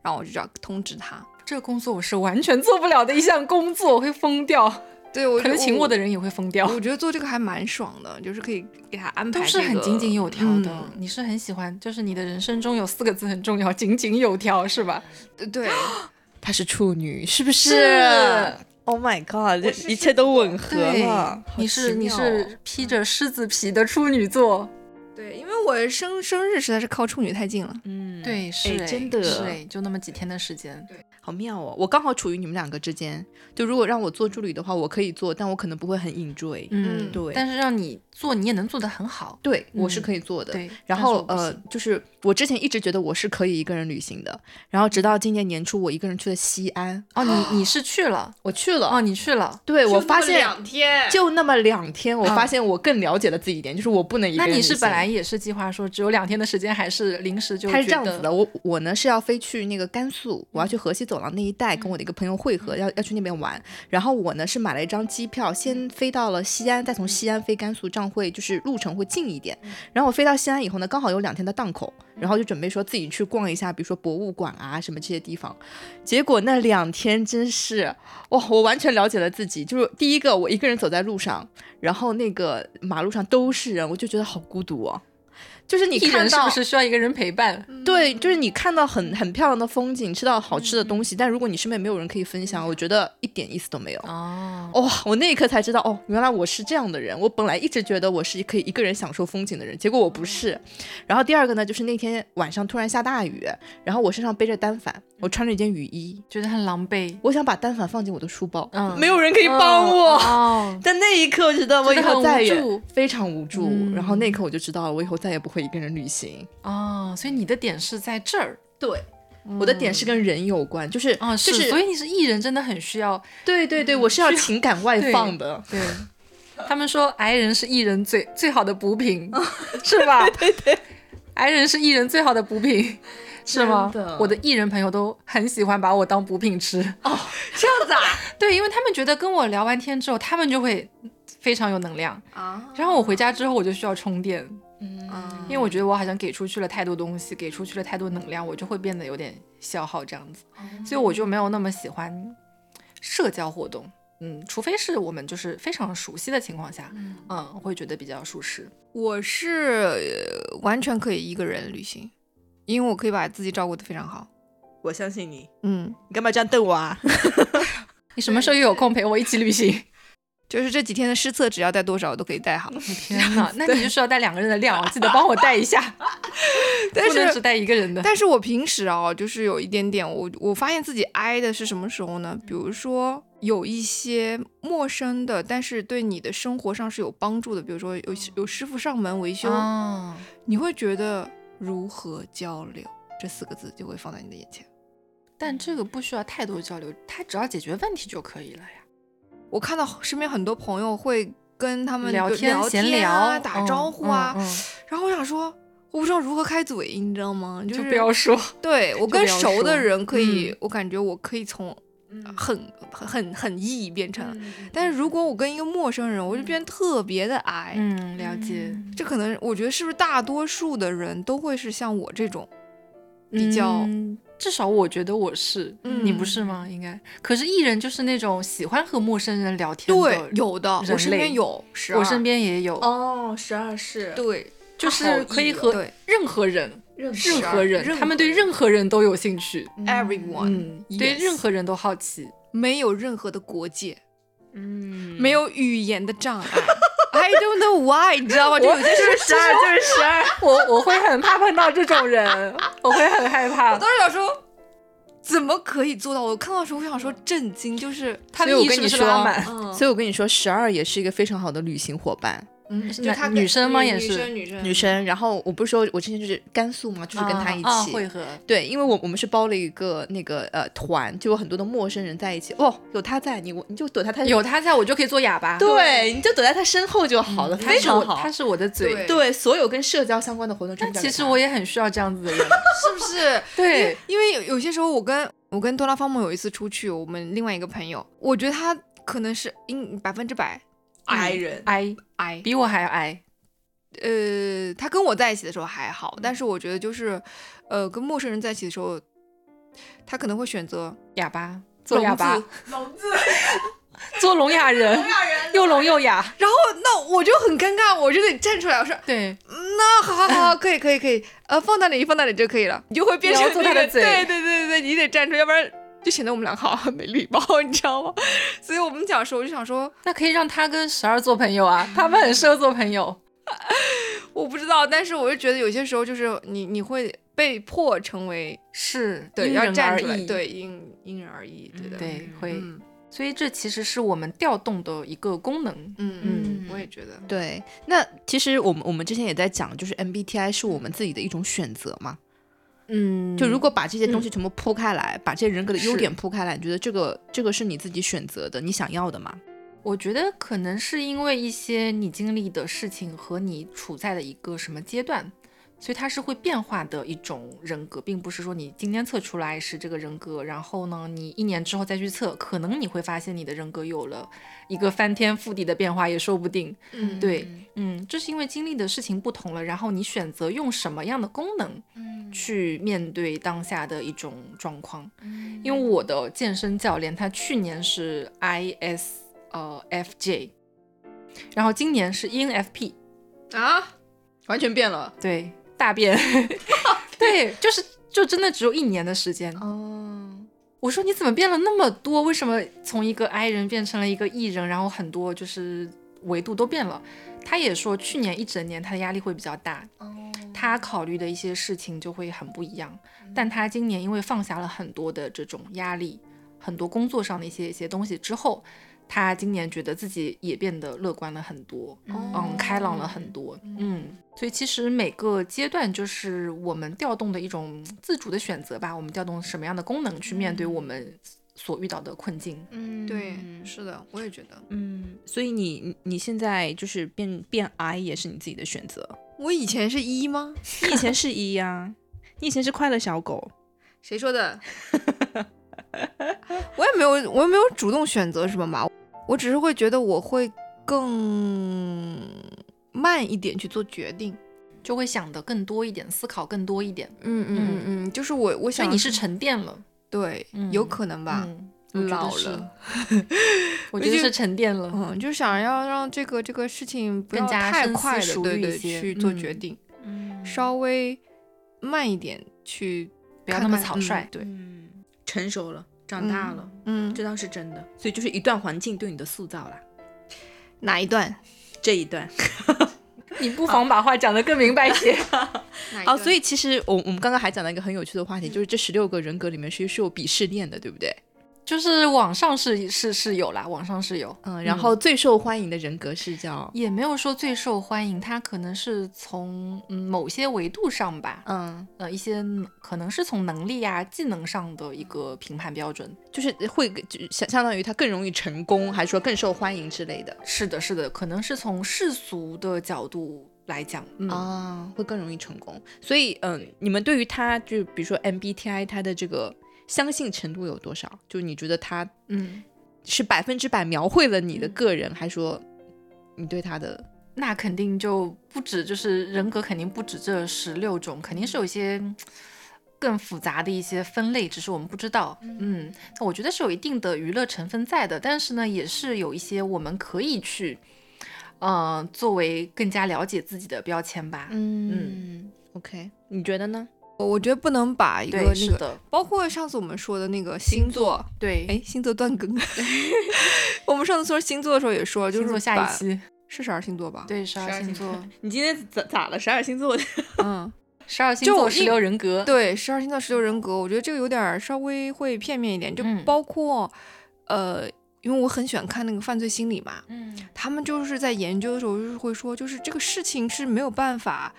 [SPEAKER 1] 然后我就要通知他。
[SPEAKER 3] 这个工作我是完全做不了的一项工作，我会疯掉，
[SPEAKER 1] 对我
[SPEAKER 3] 可能请我
[SPEAKER 1] 我
[SPEAKER 3] 的人也会疯掉。
[SPEAKER 1] 我觉得做这个还蛮爽的，就是可以给他安排、
[SPEAKER 3] 都
[SPEAKER 1] 这
[SPEAKER 3] 是
[SPEAKER 1] 个，
[SPEAKER 3] 很井井有条的，
[SPEAKER 1] 嗯
[SPEAKER 3] 你是很喜欢，就是你的人生中有四个字很重要，井井有条，是吧？
[SPEAKER 1] 呃对，
[SPEAKER 2] 她是处女，是不
[SPEAKER 3] 是
[SPEAKER 2] Oh my god，这一切都吻合
[SPEAKER 3] 对
[SPEAKER 2] 了。好，哦
[SPEAKER 3] 你是
[SPEAKER 2] 奇
[SPEAKER 3] 你
[SPEAKER 2] 妙
[SPEAKER 3] 是披着狮子皮的处女座，
[SPEAKER 1] 对，因为我生生日实在是靠处女太近了。
[SPEAKER 2] 嗯，
[SPEAKER 3] 对，是
[SPEAKER 2] 哎
[SPEAKER 3] 哎
[SPEAKER 2] 真的
[SPEAKER 3] 是哎，就那么几天的时间，
[SPEAKER 2] 好妙哦！我刚好处于你们两个之间，就如果让我做助理的话，我可以做，但我可能不会很 enjoy。
[SPEAKER 1] 嗯
[SPEAKER 2] 对
[SPEAKER 3] 但是让你做，你也能做得很好。
[SPEAKER 2] 对，我是
[SPEAKER 3] 嗯
[SPEAKER 2] 可以做的。
[SPEAKER 3] 对，
[SPEAKER 2] 然
[SPEAKER 3] 但是
[SPEAKER 2] 后
[SPEAKER 3] 我不
[SPEAKER 2] 呃
[SPEAKER 3] 行，
[SPEAKER 2] 就是我之前一直觉得我是可以一个人旅行的，然后直到今年年初，我一个人去了西安，
[SPEAKER 3] 哦，你你是去了，
[SPEAKER 2] 我去了，
[SPEAKER 3] 哦，你去了，
[SPEAKER 2] 对我发现
[SPEAKER 1] 天
[SPEAKER 2] 就那么两天，我发
[SPEAKER 3] 嗯
[SPEAKER 2] 现我更了解了自己一点，就是我不能一个
[SPEAKER 3] 那
[SPEAKER 2] 人旅
[SPEAKER 3] 你
[SPEAKER 2] 行。
[SPEAKER 3] 是本来也是计划说只有两天的时间，还是临时就
[SPEAKER 2] 他是
[SPEAKER 3] 觉
[SPEAKER 2] 这样
[SPEAKER 3] 得嗯
[SPEAKER 2] 子的，我我呢是要飞去那个甘肃，我要去河西走廊那一带跟我的一个朋友会合，要要去那边玩。然后我呢是买了一张机票，
[SPEAKER 3] 嗯
[SPEAKER 2] 先飞到了西安，再从西安飞甘肃，这样会就是路程会近一点。
[SPEAKER 3] 嗯
[SPEAKER 2] 然后我飞到西安以后呢，刚好有两天的档口，然后就准备说自己去逛一下，比如说博物馆啊什么这些地方。结果那两天真是哇，我完全了解了自己。就是第一个，我一个人走在路上，然后那个马路上都是人，我就觉得好孤独哦。就是你
[SPEAKER 3] 艺
[SPEAKER 2] 看
[SPEAKER 3] 人是
[SPEAKER 2] 到
[SPEAKER 3] 不是需要一嗯个人陪伴？
[SPEAKER 2] 对，就是你看到很很漂亮的风景，吃到好吃
[SPEAKER 3] 嗯
[SPEAKER 2] 的东西，但如果你身边没有人可以分享，我觉得一点意思都没有。哇、
[SPEAKER 3] 哦，
[SPEAKER 2] 我那一刻才知道，哦，原来我是这样的人。我本来一直觉得我是可以一个人享受风景的人，结果我不是。
[SPEAKER 3] 嗯
[SPEAKER 2] 然后第二个呢，就是那天晚上突然下大雨，然后我身上背着单反，我
[SPEAKER 3] 嗯
[SPEAKER 2] 穿着一件雨衣，
[SPEAKER 3] 觉得很狼狈，
[SPEAKER 2] 我想把单反放进我的书包，
[SPEAKER 3] 嗯
[SPEAKER 2] 没有人可以帮
[SPEAKER 3] 哦
[SPEAKER 2] 我。
[SPEAKER 3] 哦，
[SPEAKER 2] 但那一刻，我觉得我以
[SPEAKER 3] 觉得
[SPEAKER 2] 后
[SPEAKER 3] 很
[SPEAKER 2] 再
[SPEAKER 3] 无
[SPEAKER 2] 也
[SPEAKER 3] 助
[SPEAKER 2] 非常无助。
[SPEAKER 3] 嗯
[SPEAKER 2] 然后那一刻我就知道了，我以后再也不会一个人旅行。
[SPEAKER 3] 哦，所以你的点是在这儿。
[SPEAKER 2] 对，我的点是跟人有关，就是
[SPEAKER 3] 嗯哦，，
[SPEAKER 2] 就是
[SPEAKER 3] 所以你是艺人，真的很需要。
[SPEAKER 2] 对对对，我是要情感外
[SPEAKER 3] 对
[SPEAKER 2] 放的。
[SPEAKER 3] 对，他们说癌人是艺人最最好的补品， 是吧？对对癌人是艺人最好的补品，是吗
[SPEAKER 2] 真的？
[SPEAKER 3] 我的艺人朋友都很喜欢把我当补品吃。
[SPEAKER 1] 这样子啊
[SPEAKER 3] 对，因为他们觉得跟我聊完天之后，他们就会非常有能量。
[SPEAKER 1] 啊，
[SPEAKER 3] 然后我回家之后，我就需要充电，
[SPEAKER 1] 嗯
[SPEAKER 3] 因为我觉得我好像给出去了太多东西，给出去了太多能量，我就会变得有点消耗这样子，
[SPEAKER 1] 哦
[SPEAKER 3] 所以我就没有那么喜欢社交活动。嗯，除非是我们就是非常熟悉的情况下，嗯，我会觉得比较舒适。
[SPEAKER 1] 我是、呃完全可以一个人旅行，因为我可以把自己照顾得非常好。
[SPEAKER 2] 我相信你，
[SPEAKER 1] 嗯，
[SPEAKER 2] 你干嘛这样瞪我啊？
[SPEAKER 3] 你什么时候又有空陪我一起旅 行？
[SPEAKER 1] 就是这几天的失策，只要带多少都可以带好。
[SPEAKER 3] 天哪， 那你就是要带两个人的量，记得帮我带一下，
[SPEAKER 1] 但
[SPEAKER 3] 不能
[SPEAKER 1] 是
[SPEAKER 3] 只带一个人的。
[SPEAKER 1] 但是我平时哦，就是有一点点，我我发现自己挨的是什么时候呢？比如说有一些陌生的，但是对你的生活上是有帮助的，比如说有有师傅上门维修，
[SPEAKER 3] 哦，
[SPEAKER 1] 你会觉得如何交流这四个字就会放在你的眼前。
[SPEAKER 3] 但这个不需要太多交流，他只要解决问题就可以了呀。
[SPEAKER 1] 我看到身边很多朋友会跟他们
[SPEAKER 3] 聊
[SPEAKER 1] 就
[SPEAKER 3] 天、
[SPEAKER 1] 聊
[SPEAKER 3] 闲
[SPEAKER 1] 天啊、
[SPEAKER 3] 聊、
[SPEAKER 1] 打
[SPEAKER 3] 嗯
[SPEAKER 1] 招呼啊，
[SPEAKER 3] 嗯嗯
[SPEAKER 1] 然后我想说，我不知道如何开嘴，你知道吗？就
[SPEAKER 3] 就是不要说。
[SPEAKER 1] 对我
[SPEAKER 3] 就
[SPEAKER 1] 跟
[SPEAKER 3] 不要
[SPEAKER 1] 熟的
[SPEAKER 3] 说
[SPEAKER 1] 人可以，
[SPEAKER 3] 嗯
[SPEAKER 1] 我感觉我可以从
[SPEAKER 2] 嗯
[SPEAKER 1] 很很很很易变成，但是如果我跟一个陌生人，我就变得特别的矮。
[SPEAKER 3] 嗯，了解。
[SPEAKER 1] 这可能我觉得是不是大多数的人都会是像我这种比较
[SPEAKER 3] 嗯至少我觉得我是，
[SPEAKER 1] 嗯
[SPEAKER 3] 你不是吗？应该。可是艺人就是那种喜欢和陌生人聊天的
[SPEAKER 1] 对有的，我
[SPEAKER 3] 人
[SPEAKER 1] 身边
[SPEAKER 3] 类
[SPEAKER 1] 有，12
[SPEAKER 3] 我身边也有，
[SPEAKER 2] 哦，十二是
[SPEAKER 1] 对
[SPEAKER 3] 就是可以和
[SPEAKER 1] 对
[SPEAKER 3] 任何人、
[SPEAKER 2] 啊任
[SPEAKER 3] 任何人，
[SPEAKER 1] 任何
[SPEAKER 3] 他们对任何人都有兴趣，
[SPEAKER 1] everyone、
[SPEAKER 3] 嗯，对
[SPEAKER 1] Yes
[SPEAKER 3] 任何人都好奇，
[SPEAKER 1] 没有任何的国界，
[SPEAKER 3] 嗯，
[SPEAKER 1] 没
[SPEAKER 3] 有。
[SPEAKER 1] 有语言的障碍。I don't know why，你知道吗？就有些事
[SPEAKER 2] 就是十二，就是十二。
[SPEAKER 3] 我我会很怕碰到这种人，我会很害怕
[SPEAKER 1] 我。当时想说，怎么可以做到？我看到的时候，我想说震惊，就是
[SPEAKER 3] 他
[SPEAKER 2] 所以
[SPEAKER 3] 们
[SPEAKER 2] 我
[SPEAKER 3] 意
[SPEAKER 2] 跟
[SPEAKER 3] 识
[SPEAKER 2] 你
[SPEAKER 3] 不是
[SPEAKER 2] 说
[SPEAKER 3] 拉满，
[SPEAKER 1] 嗯
[SPEAKER 2] 所以我跟你说，十二也是一个非常好的旅行伙伴，
[SPEAKER 1] 嗯，
[SPEAKER 3] 是
[SPEAKER 1] 就
[SPEAKER 3] 男
[SPEAKER 1] 他
[SPEAKER 3] 女
[SPEAKER 1] 跟
[SPEAKER 3] 生吗
[SPEAKER 1] 女
[SPEAKER 3] 也
[SPEAKER 1] 女
[SPEAKER 3] 是
[SPEAKER 1] 生女生
[SPEAKER 2] 女生。然后我不是说我之前就是甘肃嘛，就是跟他一
[SPEAKER 3] 嗯啊啊
[SPEAKER 2] 起。
[SPEAKER 3] 会合，
[SPEAKER 2] 对，因为我我们是包了一个那个呃团，就有很多的陌生人在一起。哦，有他在，你我你就躲在他
[SPEAKER 3] 有他在我就可以做哑巴，
[SPEAKER 2] 对，你就躲在他身后就好了，
[SPEAKER 3] 嗯他
[SPEAKER 2] 非
[SPEAKER 3] 是我
[SPEAKER 2] 常好
[SPEAKER 3] 他。是我的嘴
[SPEAKER 1] 对，
[SPEAKER 2] 对，所有跟社交相关的活动全
[SPEAKER 3] 但
[SPEAKER 2] 部交
[SPEAKER 3] 其
[SPEAKER 2] 给
[SPEAKER 3] 实
[SPEAKER 2] 他
[SPEAKER 3] 我也很需要这样子的人，
[SPEAKER 1] 是不是？因为
[SPEAKER 3] 对，
[SPEAKER 1] 因为有有些时候我跟我跟多拉方梦有一次出去，我们另外一个朋友，我觉得他可能是应百分之百嗯
[SPEAKER 2] 矮人，
[SPEAKER 3] 挨
[SPEAKER 1] 矮，
[SPEAKER 3] 比我还要挨，
[SPEAKER 1] 呃，他跟我在一起的时候还好，
[SPEAKER 3] 嗯
[SPEAKER 1] 但是我觉得就是，呃，跟陌生人在一起的时候，他可能会选择
[SPEAKER 3] 哑巴做哑
[SPEAKER 1] 聋
[SPEAKER 3] 巴
[SPEAKER 1] 子，
[SPEAKER 2] 聋子
[SPEAKER 3] 做聋 哑人，又聋又哑，
[SPEAKER 1] 然后那我就很尴尬，我就得站出来，我说
[SPEAKER 3] 对，
[SPEAKER 1] 那好好 好，可以可以可以，呃，放那里放那里就可以了，你就会变成
[SPEAKER 3] 你要做
[SPEAKER 1] 那
[SPEAKER 3] 他的
[SPEAKER 1] 个
[SPEAKER 3] 嘴
[SPEAKER 1] 对对对对，你得站出，要不然就显得我们俩好像没礼貌，你知道吗？所以我们讲说，我就想说，
[SPEAKER 3] 那可以让他跟十二做朋友
[SPEAKER 1] 嗯
[SPEAKER 3] 啊，他们很适合做朋友。
[SPEAKER 1] 我不知道，但是我就觉得有些时候就是你你会被迫成为
[SPEAKER 3] 是
[SPEAKER 1] 对
[SPEAKER 3] 因
[SPEAKER 1] 要
[SPEAKER 3] 人
[SPEAKER 1] 站
[SPEAKER 3] 而
[SPEAKER 1] 出来，
[SPEAKER 3] 异，
[SPEAKER 1] 对因因人而异，对的，
[SPEAKER 3] 对会、
[SPEAKER 1] 嗯
[SPEAKER 3] 所以这其实是我们调动的一个功能。
[SPEAKER 1] 嗯嗯，我也觉得，
[SPEAKER 2] 对，那其实我们我们之前也在讲，就是 MBTI 是我们自己的一种选择嘛。
[SPEAKER 3] 嗯
[SPEAKER 2] 就如果把这些东西全部铺开来，把这些人格的优点铺开来，你觉得这个这个是你自己选择的，你想要的吗？
[SPEAKER 3] 我觉得可能是因为一些你经历的事情和你处在的一个什么阶段，所以它是会变化的一种人格，并不是说你今天测出来是这个人格，然后呢，你一年之后再去测，可能你会发现你的人格有了一个翻天覆地的变化，也说不定。
[SPEAKER 1] 嗯
[SPEAKER 3] 对，嗯，这是因为经历的事情不同了，然后你选择用什么样的功能，去面对当下的一种状况。因为我的健身教练他去年是 I S 呃 F J，然后今年是 E N F P，
[SPEAKER 1] 啊，
[SPEAKER 2] 完全变了
[SPEAKER 3] 对，大变， 对，就是就真的只有一年的时间。
[SPEAKER 2] 哦。
[SPEAKER 3] 我说你怎么变了那么多？为什么从一个 I 人变成了一个 E 人？然后很多就是维度都变了。他也说去年一整年他的压力会比较大，
[SPEAKER 1] 哦
[SPEAKER 3] 他考虑的一些事情就会很不一样。但他今年因为放下了很多的这种压力，很多工作上的一些一些东西之后，他今年觉得自己也变得乐观了很多，
[SPEAKER 2] 哦
[SPEAKER 3] 嗯，开朗了很多，嗯。所以其实每个阶段就是我们调动的一种自主的选择吧，我们调动什么样的功能去面对我们所遇到的困境。
[SPEAKER 2] 嗯
[SPEAKER 1] 对，是的，我也觉得。
[SPEAKER 2] 嗯，所以你你你现在就是变变 I 也是你自己的选择。
[SPEAKER 1] 我以前是一吗？
[SPEAKER 2] 你以前是 E 呀、你以前是快乐小狗，
[SPEAKER 1] 谁说的？ 我也没有，我也没有主动选择什么嘛，我只是会觉得我会更慢一点去做决定。
[SPEAKER 3] 就会想的更多一点，思考更多一点，
[SPEAKER 1] 嗯嗯嗯嗯，就是我我
[SPEAKER 3] 所以
[SPEAKER 1] 想
[SPEAKER 3] 你是沉淀了
[SPEAKER 1] 对，
[SPEAKER 3] 嗯
[SPEAKER 1] 有可能吧，
[SPEAKER 3] 嗯我觉得
[SPEAKER 1] 老
[SPEAKER 3] 是
[SPEAKER 1] 了，
[SPEAKER 3] 我觉得是沉淀了。
[SPEAKER 1] 嗯，就是想要让这个这个事情不要
[SPEAKER 3] 更加
[SPEAKER 1] 太
[SPEAKER 3] 深思
[SPEAKER 1] 快的
[SPEAKER 3] 熟
[SPEAKER 1] 对
[SPEAKER 3] 虑一
[SPEAKER 1] 对
[SPEAKER 3] 些
[SPEAKER 1] 去做
[SPEAKER 3] 嗯
[SPEAKER 1] 决定，
[SPEAKER 3] 嗯
[SPEAKER 1] 稍微慢一点去
[SPEAKER 3] 不不要那么
[SPEAKER 1] 看看
[SPEAKER 3] 草率
[SPEAKER 1] 嗯。
[SPEAKER 3] 对，
[SPEAKER 2] 嗯，成熟了，长大了，
[SPEAKER 1] 嗯，
[SPEAKER 2] 这倒是真的。所以就是一段环境对你的塑造啦，
[SPEAKER 1] 哪一段？
[SPEAKER 2] 这一段。
[SPEAKER 3] 你嗯不妨把话讲得更明白些。
[SPEAKER 1] 哪一
[SPEAKER 2] 哦，
[SPEAKER 1] 段
[SPEAKER 2] 所以其实我我们刚刚还讲到一个很有趣的话题，就是这十六个人格里面其实是有鄙视链的，对不对？
[SPEAKER 3] 就是网上是是是有啦，网上是有，
[SPEAKER 2] 嗯，然后最受欢迎的人格是叫
[SPEAKER 3] 也没有说最受欢迎，它可能是从嗯某些维度上吧，
[SPEAKER 2] 嗯，
[SPEAKER 3] 呃，一些能可能是从能力啊、技能上的一个评判标准。
[SPEAKER 2] 就是会就相相当于他更容易成功，还是说更受欢迎之类的
[SPEAKER 3] 是的，是的，可能是从世俗的角度来讲，嗯，
[SPEAKER 1] 哦
[SPEAKER 2] 啊，会更容易成功。所以嗯，你们对于他就比如说 MBTI 他的这个相信程度有多少？就你觉得他
[SPEAKER 3] 嗯，
[SPEAKER 2] 是百分之百描绘了你的个人，还说你对他的
[SPEAKER 3] 那肯定就不止，就是人格肯定不止这十六种，肯定是有一些嗯更复杂的一些分类，只是我们不知道。嗯，那我觉得是有一定的娱乐成分在的，但是呢，也是有一些我们可以去，呃，作为更加了解自己的标签吧。
[SPEAKER 2] 嗯 OK，你觉得呢？
[SPEAKER 1] 我我觉得不能把一个
[SPEAKER 3] 对，
[SPEAKER 1] 那
[SPEAKER 3] 是
[SPEAKER 1] 个，
[SPEAKER 3] 的，
[SPEAKER 1] 包括上次我们说的那个星座，
[SPEAKER 3] 对。
[SPEAKER 1] 哎，星座断更。 我们上次说星座的时候也说，就
[SPEAKER 3] 星
[SPEAKER 1] 是
[SPEAKER 3] 座下
[SPEAKER 1] 把
[SPEAKER 3] 一期，
[SPEAKER 1] 是十二星座吧？，
[SPEAKER 3] 对十二
[SPEAKER 2] 12
[SPEAKER 3] 星
[SPEAKER 2] 星座
[SPEAKER 3] 座，
[SPEAKER 2] 你今天咋咋了？十二星座？
[SPEAKER 1] 嗯，
[SPEAKER 3] 十二星
[SPEAKER 1] 就
[SPEAKER 3] 座
[SPEAKER 1] 我
[SPEAKER 3] 十
[SPEAKER 1] 一
[SPEAKER 3] 六人格，
[SPEAKER 1] 对，十二星座十六人格，我觉得这个有点儿稍微会片面一点，就
[SPEAKER 3] 嗯
[SPEAKER 1] 包括、呃，因为我很喜欢看那个犯罪心理嘛，
[SPEAKER 3] 嗯，
[SPEAKER 1] 他们就是在研究的时候就是会说，就是这个事情是没有办法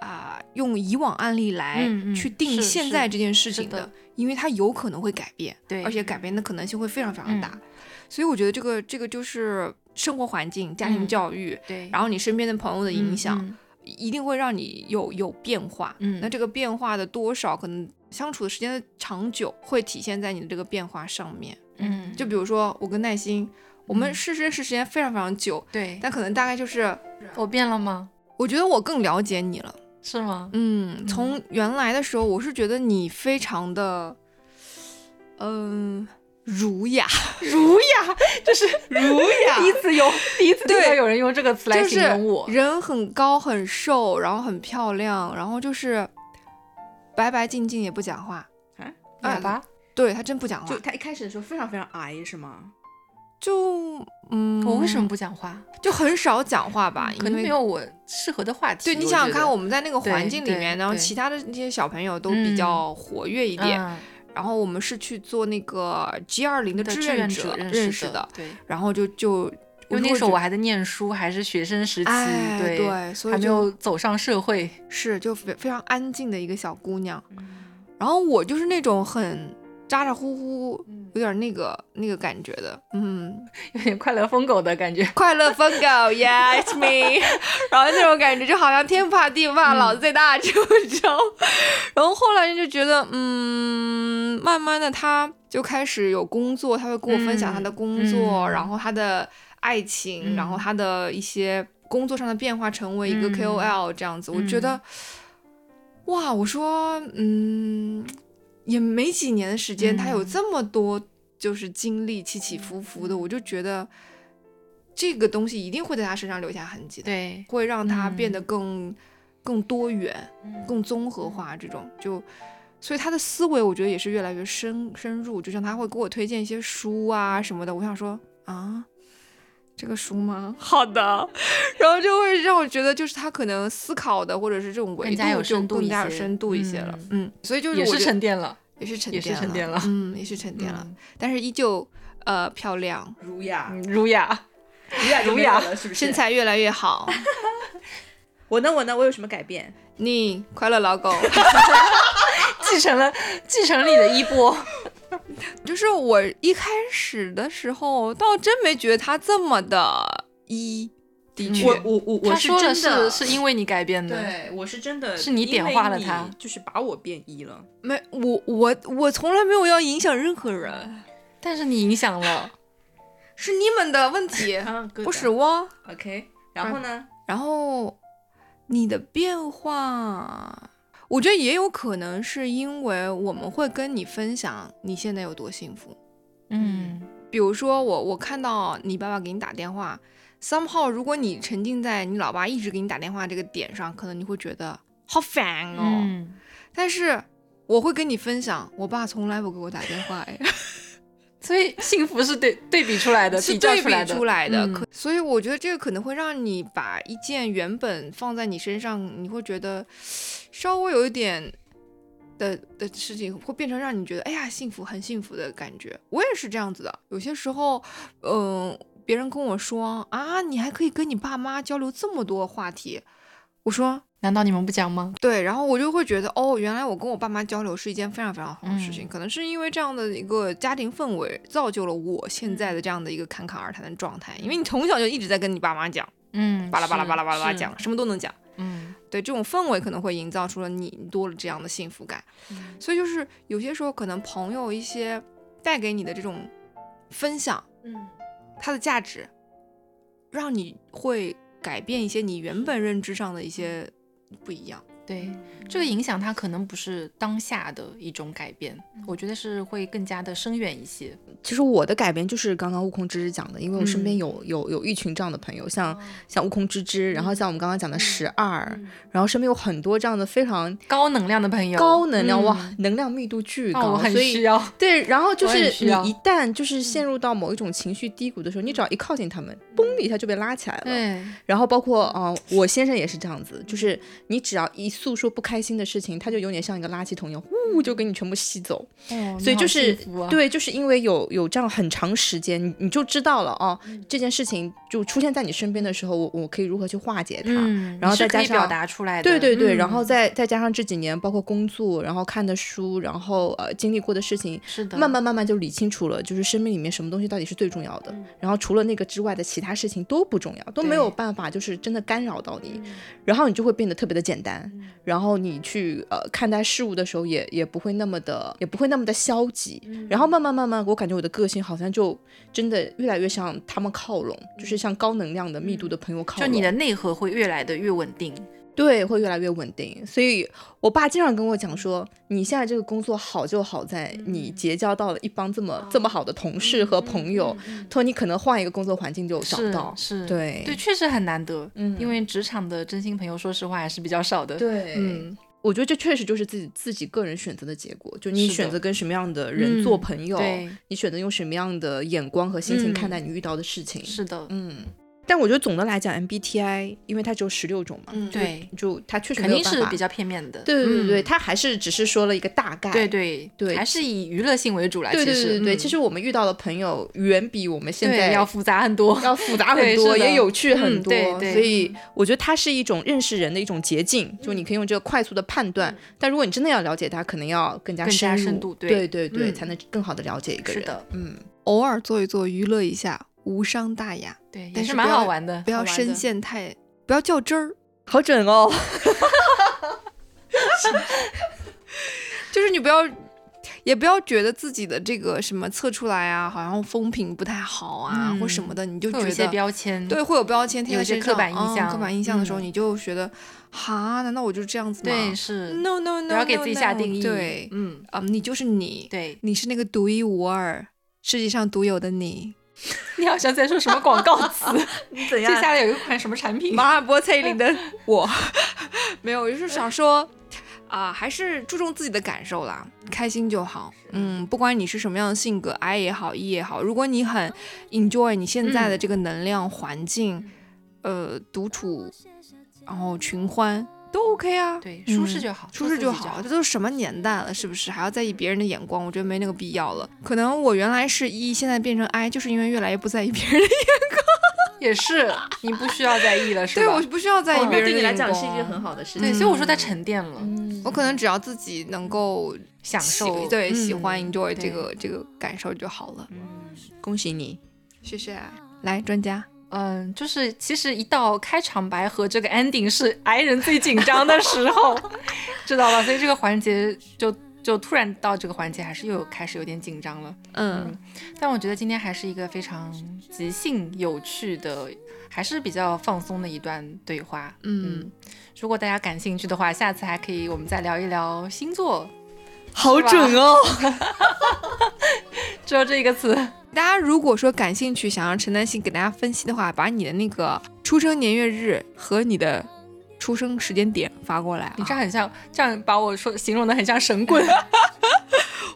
[SPEAKER 1] 啊、用以往案例来
[SPEAKER 3] 嗯嗯
[SPEAKER 1] 去定
[SPEAKER 3] 是
[SPEAKER 1] 现
[SPEAKER 3] 是
[SPEAKER 1] 在这件事
[SPEAKER 3] 是
[SPEAKER 1] 情
[SPEAKER 3] 的
[SPEAKER 1] 因为它有可能会改变，
[SPEAKER 3] 对
[SPEAKER 1] 而且改变的可能性会非常非常
[SPEAKER 3] 嗯
[SPEAKER 1] 大，所以我觉得这个这个就是生活环境、家庭
[SPEAKER 3] 嗯
[SPEAKER 1] 教育，
[SPEAKER 3] 对，
[SPEAKER 1] 然后你身边的朋友的影响，
[SPEAKER 3] 嗯，
[SPEAKER 1] 一定会让你有有变化。
[SPEAKER 3] 嗯
[SPEAKER 1] 那这个变化的多少，可能相处的时间的长久，会体现在你的这个变化上面。
[SPEAKER 3] 嗯，嗯
[SPEAKER 1] 就比如说我跟耐心，我们
[SPEAKER 3] 嗯
[SPEAKER 1] 是认识时间非常非常久，
[SPEAKER 3] 对，
[SPEAKER 1] 但可能大概就是，
[SPEAKER 3] 我变了吗？
[SPEAKER 1] 我觉得我更了解你了。
[SPEAKER 3] 是吗？
[SPEAKER 1] 嗯，从原来的时候，我是觉得你非常的，嗯、儒雅，
[SPEAKER 3] 儒雅，这是
[SPEAKER 1] 儒
[SPEAKER 3] 第一次用，第一次听到
[SPEAKER 1] 对
[SPEAKER 3] 有人用这个词来
[SPEAKER 1] 就
[SPEAKER 3] 形
[SPEAKER 1] 是
[SPEAKER 3] 容我。
[SPEAKER 1] 人很高很瘦，然后很漂亮，然后就是白白净净，也不讲话。
[SPEAKER 2] 啊
[SPEAKER 3] 哑
[SPEAKER 1] 哎，
[SPEAKER 3] 巴，
[SPEAKER 1] 对他真不讲话
[SPEAKER 2] 就，他一开始的时候非常非常矮，是吗？
[SPEAKER 1] 就嗯，
[SPEAKER 3] 我为什么不讲话？
[SPEAKER 1] 就很少讲话吧？
[SPEAKER 3] 可
[SPEAKER 1] 因
[SPEAKER 3] 能
[SPEAKER 1] 为
[SPEAKER 3] 没有我适合的话题。
[SPEAKER 1] 对你
[SPEAKER 3] 我
[SPEAKER 1] 想想
[SPEAKER 3] 觉
[SPEAKER 1] 看，
[SPEAKER 3] 得
[SPEAKER 1] 我们在那个环
[SPEAKER 3] 对
[SPEAKER 1] 境里面，
[SPEAKER 3] 对
[SPEAKER 1] 然后
[SPEAKER 3] 对
[SPEAKER 1] 其他的那些小朋友都
[SPEAKER 3] 嗯
[SPEAKER 1] 比较活跃一点，
[SPEAKER 3] 嗯
[SPEAKER 1] 然后我们是去做那个 G 二零的
[SPEAKER 3] 的
[SPEAKER 1] 志
[SPEAKER 3] 志
[SPEAKER 1] 愿
[SPEAKER 3] 者
[SPEAKER 1] 认
[SPEAKER 3] 识
[SPEAKER 1] 识的，
[SPEAKER 3] 对，
[SPEAKER 1] 然后就就
[SPEAKER 3] 因为
[SPEAKER 1] 就
[SPEAKER 3] 那
[SPEAKER 1] 会
[SPEAKER 3] 时候
[SPEAKER 1] 觉
[SPEAKER 3] 我还在念书，还是学生时期，
[SPEAKER 1] 哎
[SPEAKER 3] 对，
[SPEAKER 1] 对，所以
[SPEAKER 3] 还没
[SPEAKER 1] 就
[SPEAKER 3] 有走上社会。
[SPEAKER 1] 是就非非常安静的一个小姑娘，然后我就是那种很咋咋呼呼，有点那个那个感觉的，嗯，
[SPEAKER 3] 有点快乐疯狗的感觉，
[SPEAKER 1] 快乐疯狗，Yes me，然 后那种感觉就好像天不怕地不怕，
[SPEAKER 3] 嗯
[SPEAKER 1] 老子最大，这种。然后后来就觉得，嗯，慢慢的他就开始有工作，他会跟我分享他的工作，
[SPEAKER 3] 嗯嗯
[SPEAKER 1] 然后他的爱情，
[SPEAKER 3] 嗯
[SPEAKER 1] 然后他的一些工作上的变化，成为一个
[SPEAKER 3] 嗯
[SPEAKER 1] KOL 这样子。我
[SPEAKER 3] 嗯
[SPEAKER 1] 觉得，哇，我说，嗯，也没几年的时间，他有
[SPEAKER 3] 嗯
[SPEAKER 1] 这么多就是经历起起伏伏的，我就觉得这个东西一定会在他身上留下痕迹的，
[SPEAKER 3] 对，
[SPEAKER 1] 会让他
[SPEAKER 3] 嗯嗯
[SPEAKER 1] 变得更、更多元、更综合化。这种就，所以他的思维我觉得也是越来越深深入。就像他会给我推荐一些书啊什么的，我想说啊。这个书吗？ 好的，然后就会让我觉得，就是他可能思考的，或者是这种维
[SPEAKER 3] 更加有
[SPEAKER 1] 度就
[SPEAKER 3] 深度
[SPEAKER 1] 更
[SPEAKER 3] 一
[SPEAKER 1] 加有
[SPEAKER 3] 些
[SPEAKER 1] 深度一些了。嗯所以就是
[SPEAKER 3] 也
[SPEAKER 1] 我
[SPEAKER 3] 是
[SPEAKER 1] 觉得
[SPEAKER 3] 沉淀了，
[SPEAKER 1] 也是沉
[SPEAKER 3] 也
[SPEAKER 1] 淀
[SPEAKER 3] 是沉淀了
[SPEAKER 1] 嗯，也是沉淀了，但是依旧呃漂亮，
[SPEAKER 2] 儒雅
[SPEAKER 3] 嗯，儒雅，
[SPEAKER 2] 儒雅
[SPEAKER 3] 就没有了
[SPEAKER 2] 是不
[SPEAKER 1] 身材越来越好。
[SPEAKER 2] 我呢，我呢，我有什么改变？
[SPEAKER 1] 你快乐老 狗，
[SPEAKER 3] 继承了继承了你的衣钵。
[SPEAKER 1] 就是我一开始的时候倒真没觉得他这么的一，的确，
[SPEAKER 2] 我我我
[SPEAKER 3] 他
[SPEAKER 2] 我
[SPEAKER 3] 说了
[SPEAKER 2] 真
[SPEAKER 3] 是
[SPEAKER 2] 的
[SPEAKER 3] 是因为你改变的，
[SPEAKER 2] 对，我是真的
[SPEAKER 3] 是你
[SPEAKER 2] 因
[SPEAKER 3] 点
[SPEAKER 2] 为
[SPEAKER 3] 化了
[SPEAKER 2] 你
[SPEAKER 3] 他
[SPEAKER 2] 就是把我变一了。，
[SPEAKER 1] 没我我我从来没有要影响任何人，
[SPEAKER 3] 但是你影响了。
[SPEAKER 1] 是你们的问题
[SPEAKER 2] 啊，
[SPEAKER 1] 不是我。
[SPEAKER 2] OK。然后呢？
[SPEAKER 1] 然后你的变化，我觉得也有可能是因为我们会跟你分享你现在有多幸福。
[SPEAKER 3] 嗯，
[SPEAKER 1] 比如说我我看到你爸爸给你打电话，somehow 如果你沉浸在你老爸一直给你打电话这个点上，可能你会觉得好烦哦。
[SPEAKER 3] 嗯，
[SPEAKER 1] 哦但是我会跟你分享，我爸从来不给我打电话，哎，
[SPEAKER 3] 所以幸福是对对比出来的，
[SPEAKER 1] 是
[SPEAKER 3] 比较
[SPEAKER 1] 对比
[SPEAKER 3] 出
[SPEAKER 1] 出来
[SPEAKER 3] 来
[SPEAKER 1] 的。
[SPEAKER 3] 嗯
[SPEAKER 1] 可所以我觉得这个可能会让你把一件原本放在你身上，你会觉得稍微有一点的的事情，会变成让你觉得哎呀幸福，很幸福的感觉。我也是这样子的，有些时候，嗯、别人跟我说啊，你还可以跟你爸妈交流这么多话题，我说
[SPEAKER 3] 的。难道你们不讲吗？
[SPEAKER 1] 对，然后我就会觉得，哦，原来我跟我爸妈交流是一件非常非常好的事情。
[SPEAKER 3] 嗯
[SPEAKER 1] 可能是因为这样的一个家庭氛围，造就了我现在的这样的一个侃侃而谈的状态。因为你从小就一直在跟你爸妈讲，
[SPEAKER 3] 嗯，
[SPEAKER 1] 巴拉巴拉
[SPEAKER 3] 是
[SPEAKER 1] 巴拉巴拉巴拉，讲，
[SPEAKER 3] 是
[SPEAKER 1] 什么都能讲。
[SPEAKER 3] 嗯
[SPEAKER 1] 对，这种氛围可能会营造出了你多了这样的幸福感。
[SPEAKER 3] 嗯
[SPEAKER 1] 所以就是有些时候，可能朋友一些带给你的这种分享，
[SPEAKER 3] 嗯
[SPEAKER 1] 它的价值，让你会改变一些你原本认知上的一些不一样。
[SPEAKER 3] 对，嗯这个影响它可能不是当下的一种改变，我觉得是会更加的深远一些。
[SPEAKER 2] 其实我的改变就是刚刚悟空芝芝讲的，因为我身边
[SPEAKER 3] 嗯哦
[SPEAKER 2] 有、有有一群这样的朋友，像、像悟空芝芝，然后像我们刚刚讲的十二、
[SPEAKER 3] 嗯
[SPEAKER 2] 然后身边有很多这样的非常
[SPEAKER 3] 高能哦量的朋友，
[SPEAKER 2] 高能量、
[SPEAKER 3] 嗯
[SPEAKER 2] 哇，，能量密度巨
[SPEAKER 3] 那
[SPEAKER 2] 高，
[SPEAKER 3] 我很
[SPEAKER 2] 所
[SPEAKER 3] 需
[SPEAKER 2] 以
[SPEAKER 3] 要。
[SPEAKER 2] 对，然后就
[SPEAKER 3] 我
[SPEAKER 2] 是
[SPEAKER 3] 很需要嗯
[SPEAKER 2] 你一旦就是陷入到某一种情绪低谷的时候，你只要一靠近他们，嘣的一下就被拉起来了。
[SPEAKER 3] 对，
[SPEAKER 2] 然后包括啊、呃我先生也是这样子，就是你只要一诉说不开心的事情，他就有点像一个垃圾桶一样，呜就给你全部吸走。
[SPEAKER 3] 哦
[SPEAKER 2] 所以
[SPEAKER 3] 你好
[SPEAKER 2] 就是、
[SPEAKER 3] 幸福啊
[SPEAKER 2] 对，就是因为有有这样很长时间，你你就知道了哦，
[SPEAKER 3] 嗯
[SPEAKER 2] 这件事情就出现在你身边的时候，我我可以如何去化解它。
[SPEAKER 3] 嗯，
[SPEAKER 2] 然后
[SPEAKER 3] 是
[SPEAKER 2] 再
[SPEAKER 3] 可
[SPEAKER 2] 加
[SPEAKER 3] 以表
[SPEAKER 2] 上
[SPEAKER 3] 达出来的，
[SPEAKER 2] 对对对，然后
[SPEAKER 3] 嗯
[SPEAKER 2] 再再加上这几年包括工作，然后看的书，然后呃经历过的事情，
[SPEAKER 3] 嗯是的，
[SPEAKER 2] 慢慢慢慢就理清楚了，就是生命里面什么东西到底是最重要的，然后除了那个之外的其他事情都不重要，都没有
[SPEAKER 3] 对
[SPEAKER 2] 办法就是真的干扰到你，然后你就会变得特别的简单，然后你去呃看待事物的时候也也不会那么的也不会那么的消极，然后慢慢慢慢我感觉我的个性好像就真的越来越向他们靠拢，就是向高能量的密度的朋友靠
[SPEAKER 3] 就
[SPEAKER 2] 拢，
[SPEAKER 3] 你的内核会越来的越稳定。
[SPEAKER 2] 对，会越来越稳定。所以我爸经常跟我讲说，你现在这个工作好就好在
[SPEAKER 3] 嗯
[SPEAKER 2] 你结交到了一帮这么、
[SPEAKER 3] 哦
[SPEAKER 2] 这么好的同事和朋友，他说你可能换一个工作环境就找
[SPEAKER 3] 嗯是
[SPEAKER 2] 到。
[SPEAKER 3] 是，
[SPEAKER 2] 对
[SPEAKER 3] 对，确实很难得，
[SPEAKER 2] 嗯
[SPEAKER 3] 因为职场的真心朋友，说实话还是比较少的。，
[SPEAKER 2] 对
[SPEAKER 3] 嗯，
[SPEAKER 2] 我觉得这确实就是自己自己个人选择的结果，就你
[SPEAKER 3] 是的嗯
[SPEAKER 2] 选择跟什么样的人做朋友，
[SPEAKER 3] 对，
[SPEAKER 2] 你选择用什么样的眼光和心情
[SPEAKER 3] 嗯
[SPEAKER 2] 看待你遇到的事情。
[SPEAKER 3] 是的，
[SPEAKER 2] 嗯，但我觉得总的来讲，MBTI 因为它只有十六种嘛，
[SPEAKER 1] 嗯
[SPEAKER 3] 对，
[SPEAKER 2] 就它确实
[SPEAKER 3] 肯
[SPEAKER 2] 没有
[SPEAKER 3] 定
[SPEAKER 2] 办
[SPEAKER 3] 是
[SPEAKER 2] 法
[SPEAKER 3] 比。较片面的。
[SPEAKER 2] 对对对对，
[SPEAKER 3] 嗯
[SPEAKER 2] 它还是只是说了一个大概。
[SPEAKER 3] 对对
[SPEAKER 2] 对
[SPEAKER 3] 还是以娱乐性为主啦。
[SPEAKER 2] 对对
[SPEAKER 3] 其
[SPEAKER 2] 对
[SPEAKER 3] 实
[SPEAKER 2] 对对，
[SPEAKER 3] 嗯
[SPEAKER 2] 其实我们遇到的朋友远比我们现
[SPEAKER 3] 对
[SPEAKER 2] 在
[SPEAKER 3] 要复杂很多。
[SPEAKER 2] 要复杂很
[SPEAKER 3] 对
[SPEAKER 2] 多，
[SPEAKER 3] 是的
[SPEAKER 2] 也有趣很多，
[SPEAKER 3] 嗯对对
[SPEAKER 2] 所以我觉得它是一种认识人的一种捷径，就你可以用这个快速的判断，但如果你真的要了解他，可能要嗯更加
[SPEAKER 3] 更加
[SPEAKER 2] 入，
[SPEAKER 3] 深度对
[SPEAKER 2] 对对对
[SPEAKER 3] 嗯
[SPEAKER 2] 才能更好的了解一个
[SPEAKER 3] 是
[SPEAKER 2] 人。
[SPEAKER 3] 的，
[SPEAKER 2] 嗯，
[SPEAKER 1] 偶尔做一做，娱乐一下，无伤大雅。
[SPEAKER 3] 对，也
[SPEAKER 1] 但
[SPEAKER 3] 是
[SPEAKER 1] 是
[SPEAKER 3] 蛮
[SPEAKER 1] 不要
[SPEAKER 3] 好玩的。
[SPEAKER 1] 不要
[SPEAKER 2] 好玩
[SPEAKER 1] 深
[SPEAKER 2] 的
[SPEAKER 1] 陷太，不要较真儿。
[SPEAKER 2] 好准哦，
[SPEAKER 1] 就是你不要，也不要觉得自己的这个什么测出来啊，好像风评不太好啊、
[SPEAKER 3] 嗯
[SPEAKER 1] 或什么的，你就
[SPEAKER 3] 会有一
[SPEAKER 1] 觉
[SPEAKER 3] 些
[SPEAKER 1] 得
[SPEAKER 3] 标签，
[SPEAKER 1] 对会有标签贴
[SPEAKER 3] 有
[SPEAKER 1] 在
[SPEAKER 3] 一些
[SPEAKER 1] 身
[SPEAKER 3] 刻
[SPEAKER 1] 上，
[SPEAKER 3] 板印
[SPEAKER 1] 嗯
[SPEAKER 3] 象
[SPEAKER 1] 刻板印象的时候，
[SPEAKER 3] 嗯
[SPEAKER 1] 你就觉得哈，难道我就是这样子吗
[SPEAKER 3] 对是，
[SPEAKER 1] ？No No No，
[SPEAKER 3] 不要给自己下定义。
[SPEAKER 1] 对，
[SPEAKER 3] 嗯，
[SPEAKER 1] 啊、你就是你，，
[SPEAKER 3] 对
[SPEAKER 1] 你是那个独一无二、世界上独有的你。
[SPEAKER 3] 你好像在说什么广告词？
[SPEAKER 2] 怎
[SPEAKER 3] 接下来有一款什么产品？
[SPEAKER 1] 马尔波蔡依 林的我，没有，我就是想说，啊、还是注重自己的感受啦，开心就好。嗯，不管你是什么样的性格，I 也好，E 也好，如果你很 enjoy 你现在的这个能量、环境，呃，独处，然后群欢都 OK 啊。
[SPEAKER 3] 对，
[SPEAKER 1] 嗯
[SPEAKER 3] 舒适就好，
[SPEAKER 1] 舒适就
[SPEAKER 3] 做自己
[SPEAKER 1] 好，这都是什么年代了，是不是还要在意别人的眼光？我觉得没那个必要了。可能我原来是 E，现在变成 I，就是因为越来越不在意别人的眼
[SPEAKER 3] 也是，你不需要在意了，是
[SPEAKER 1] 对
[SPEAKER 3] 吧？
[SPEAKER 1] 我不需
[SPEAKER 2] 哎
[SPEAKER 1] 要在
[SPEAKER 2] 哦
[SPEAKER 1] 意别人的眼光。
[SPEAKER 2] 好的事
[SPEAKER 3] 对，所以我说在沉淀
[SPEAKER 2] 嗯
[SPEAKER 3] 了，
[SPEAKER 1] 我可能只要自己能够
[SPEAKER 3] 享
[SPEAKER 1] 喜
[SPEAKER 3] 受，
[SPEAKER 1] 对，喜
[SPEAKER 3] 嗯
[SPEAKER 1] 欢 enjoy
[SPEAKER 3] 对
[SPEAKER 1] 这个这个感受就好了。
[SPEAKER 2] 恭喜你，
[SPEAKER 1] 谢谢，啊来专家，
[SPEAKER 3] 嗯，就是其实一到开场白和这个 ending 是 i 人最紧张的时候， 知道吧？所以这个环节就就突然到这个环节，还是又开始有点紧张了。
[SPEAKER 1] 嗯
[SPEAKER 3] 但我觉得今天还是一个非常即兴、有趣的，还是比较放松的一段对话。
[SPEAKER 1] 嗯，
[SPEAKER 3] 如果大家感兴趣的话，下次还可以我们再聊一聊星座，
[SPEAKER 2] 好
[SPEAKER 3] 准
[SPEAKER 2] 哦。
[SPEAKER 3] 只有这一个词。
[SPEAKER 1] 大家如果说感兴趣，想让陈丹青给大家分析的话，把你的那个出生年月日和你的出生时间点发过来啊
[SPEAKER 3] 你这很像，这样把我说形容的很像神棍。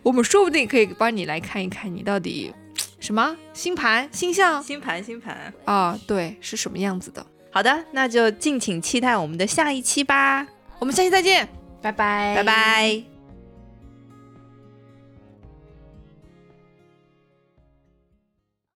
[SPEAKER 1] 我们说不定可以帮你来看一看你到底什么星盘、星象
[SPEAKER 2] 星盘，星盘。
[SPEAKER 1] 啊，对，是什么样子的。
[SPEAKER 2] 好的，那就敬请期待我们的下一期吧，
[SPEAKER 1] 我们下期再见。
[SPEAKER 3] 拜拜，
[SPEAKER 2] 拜拜。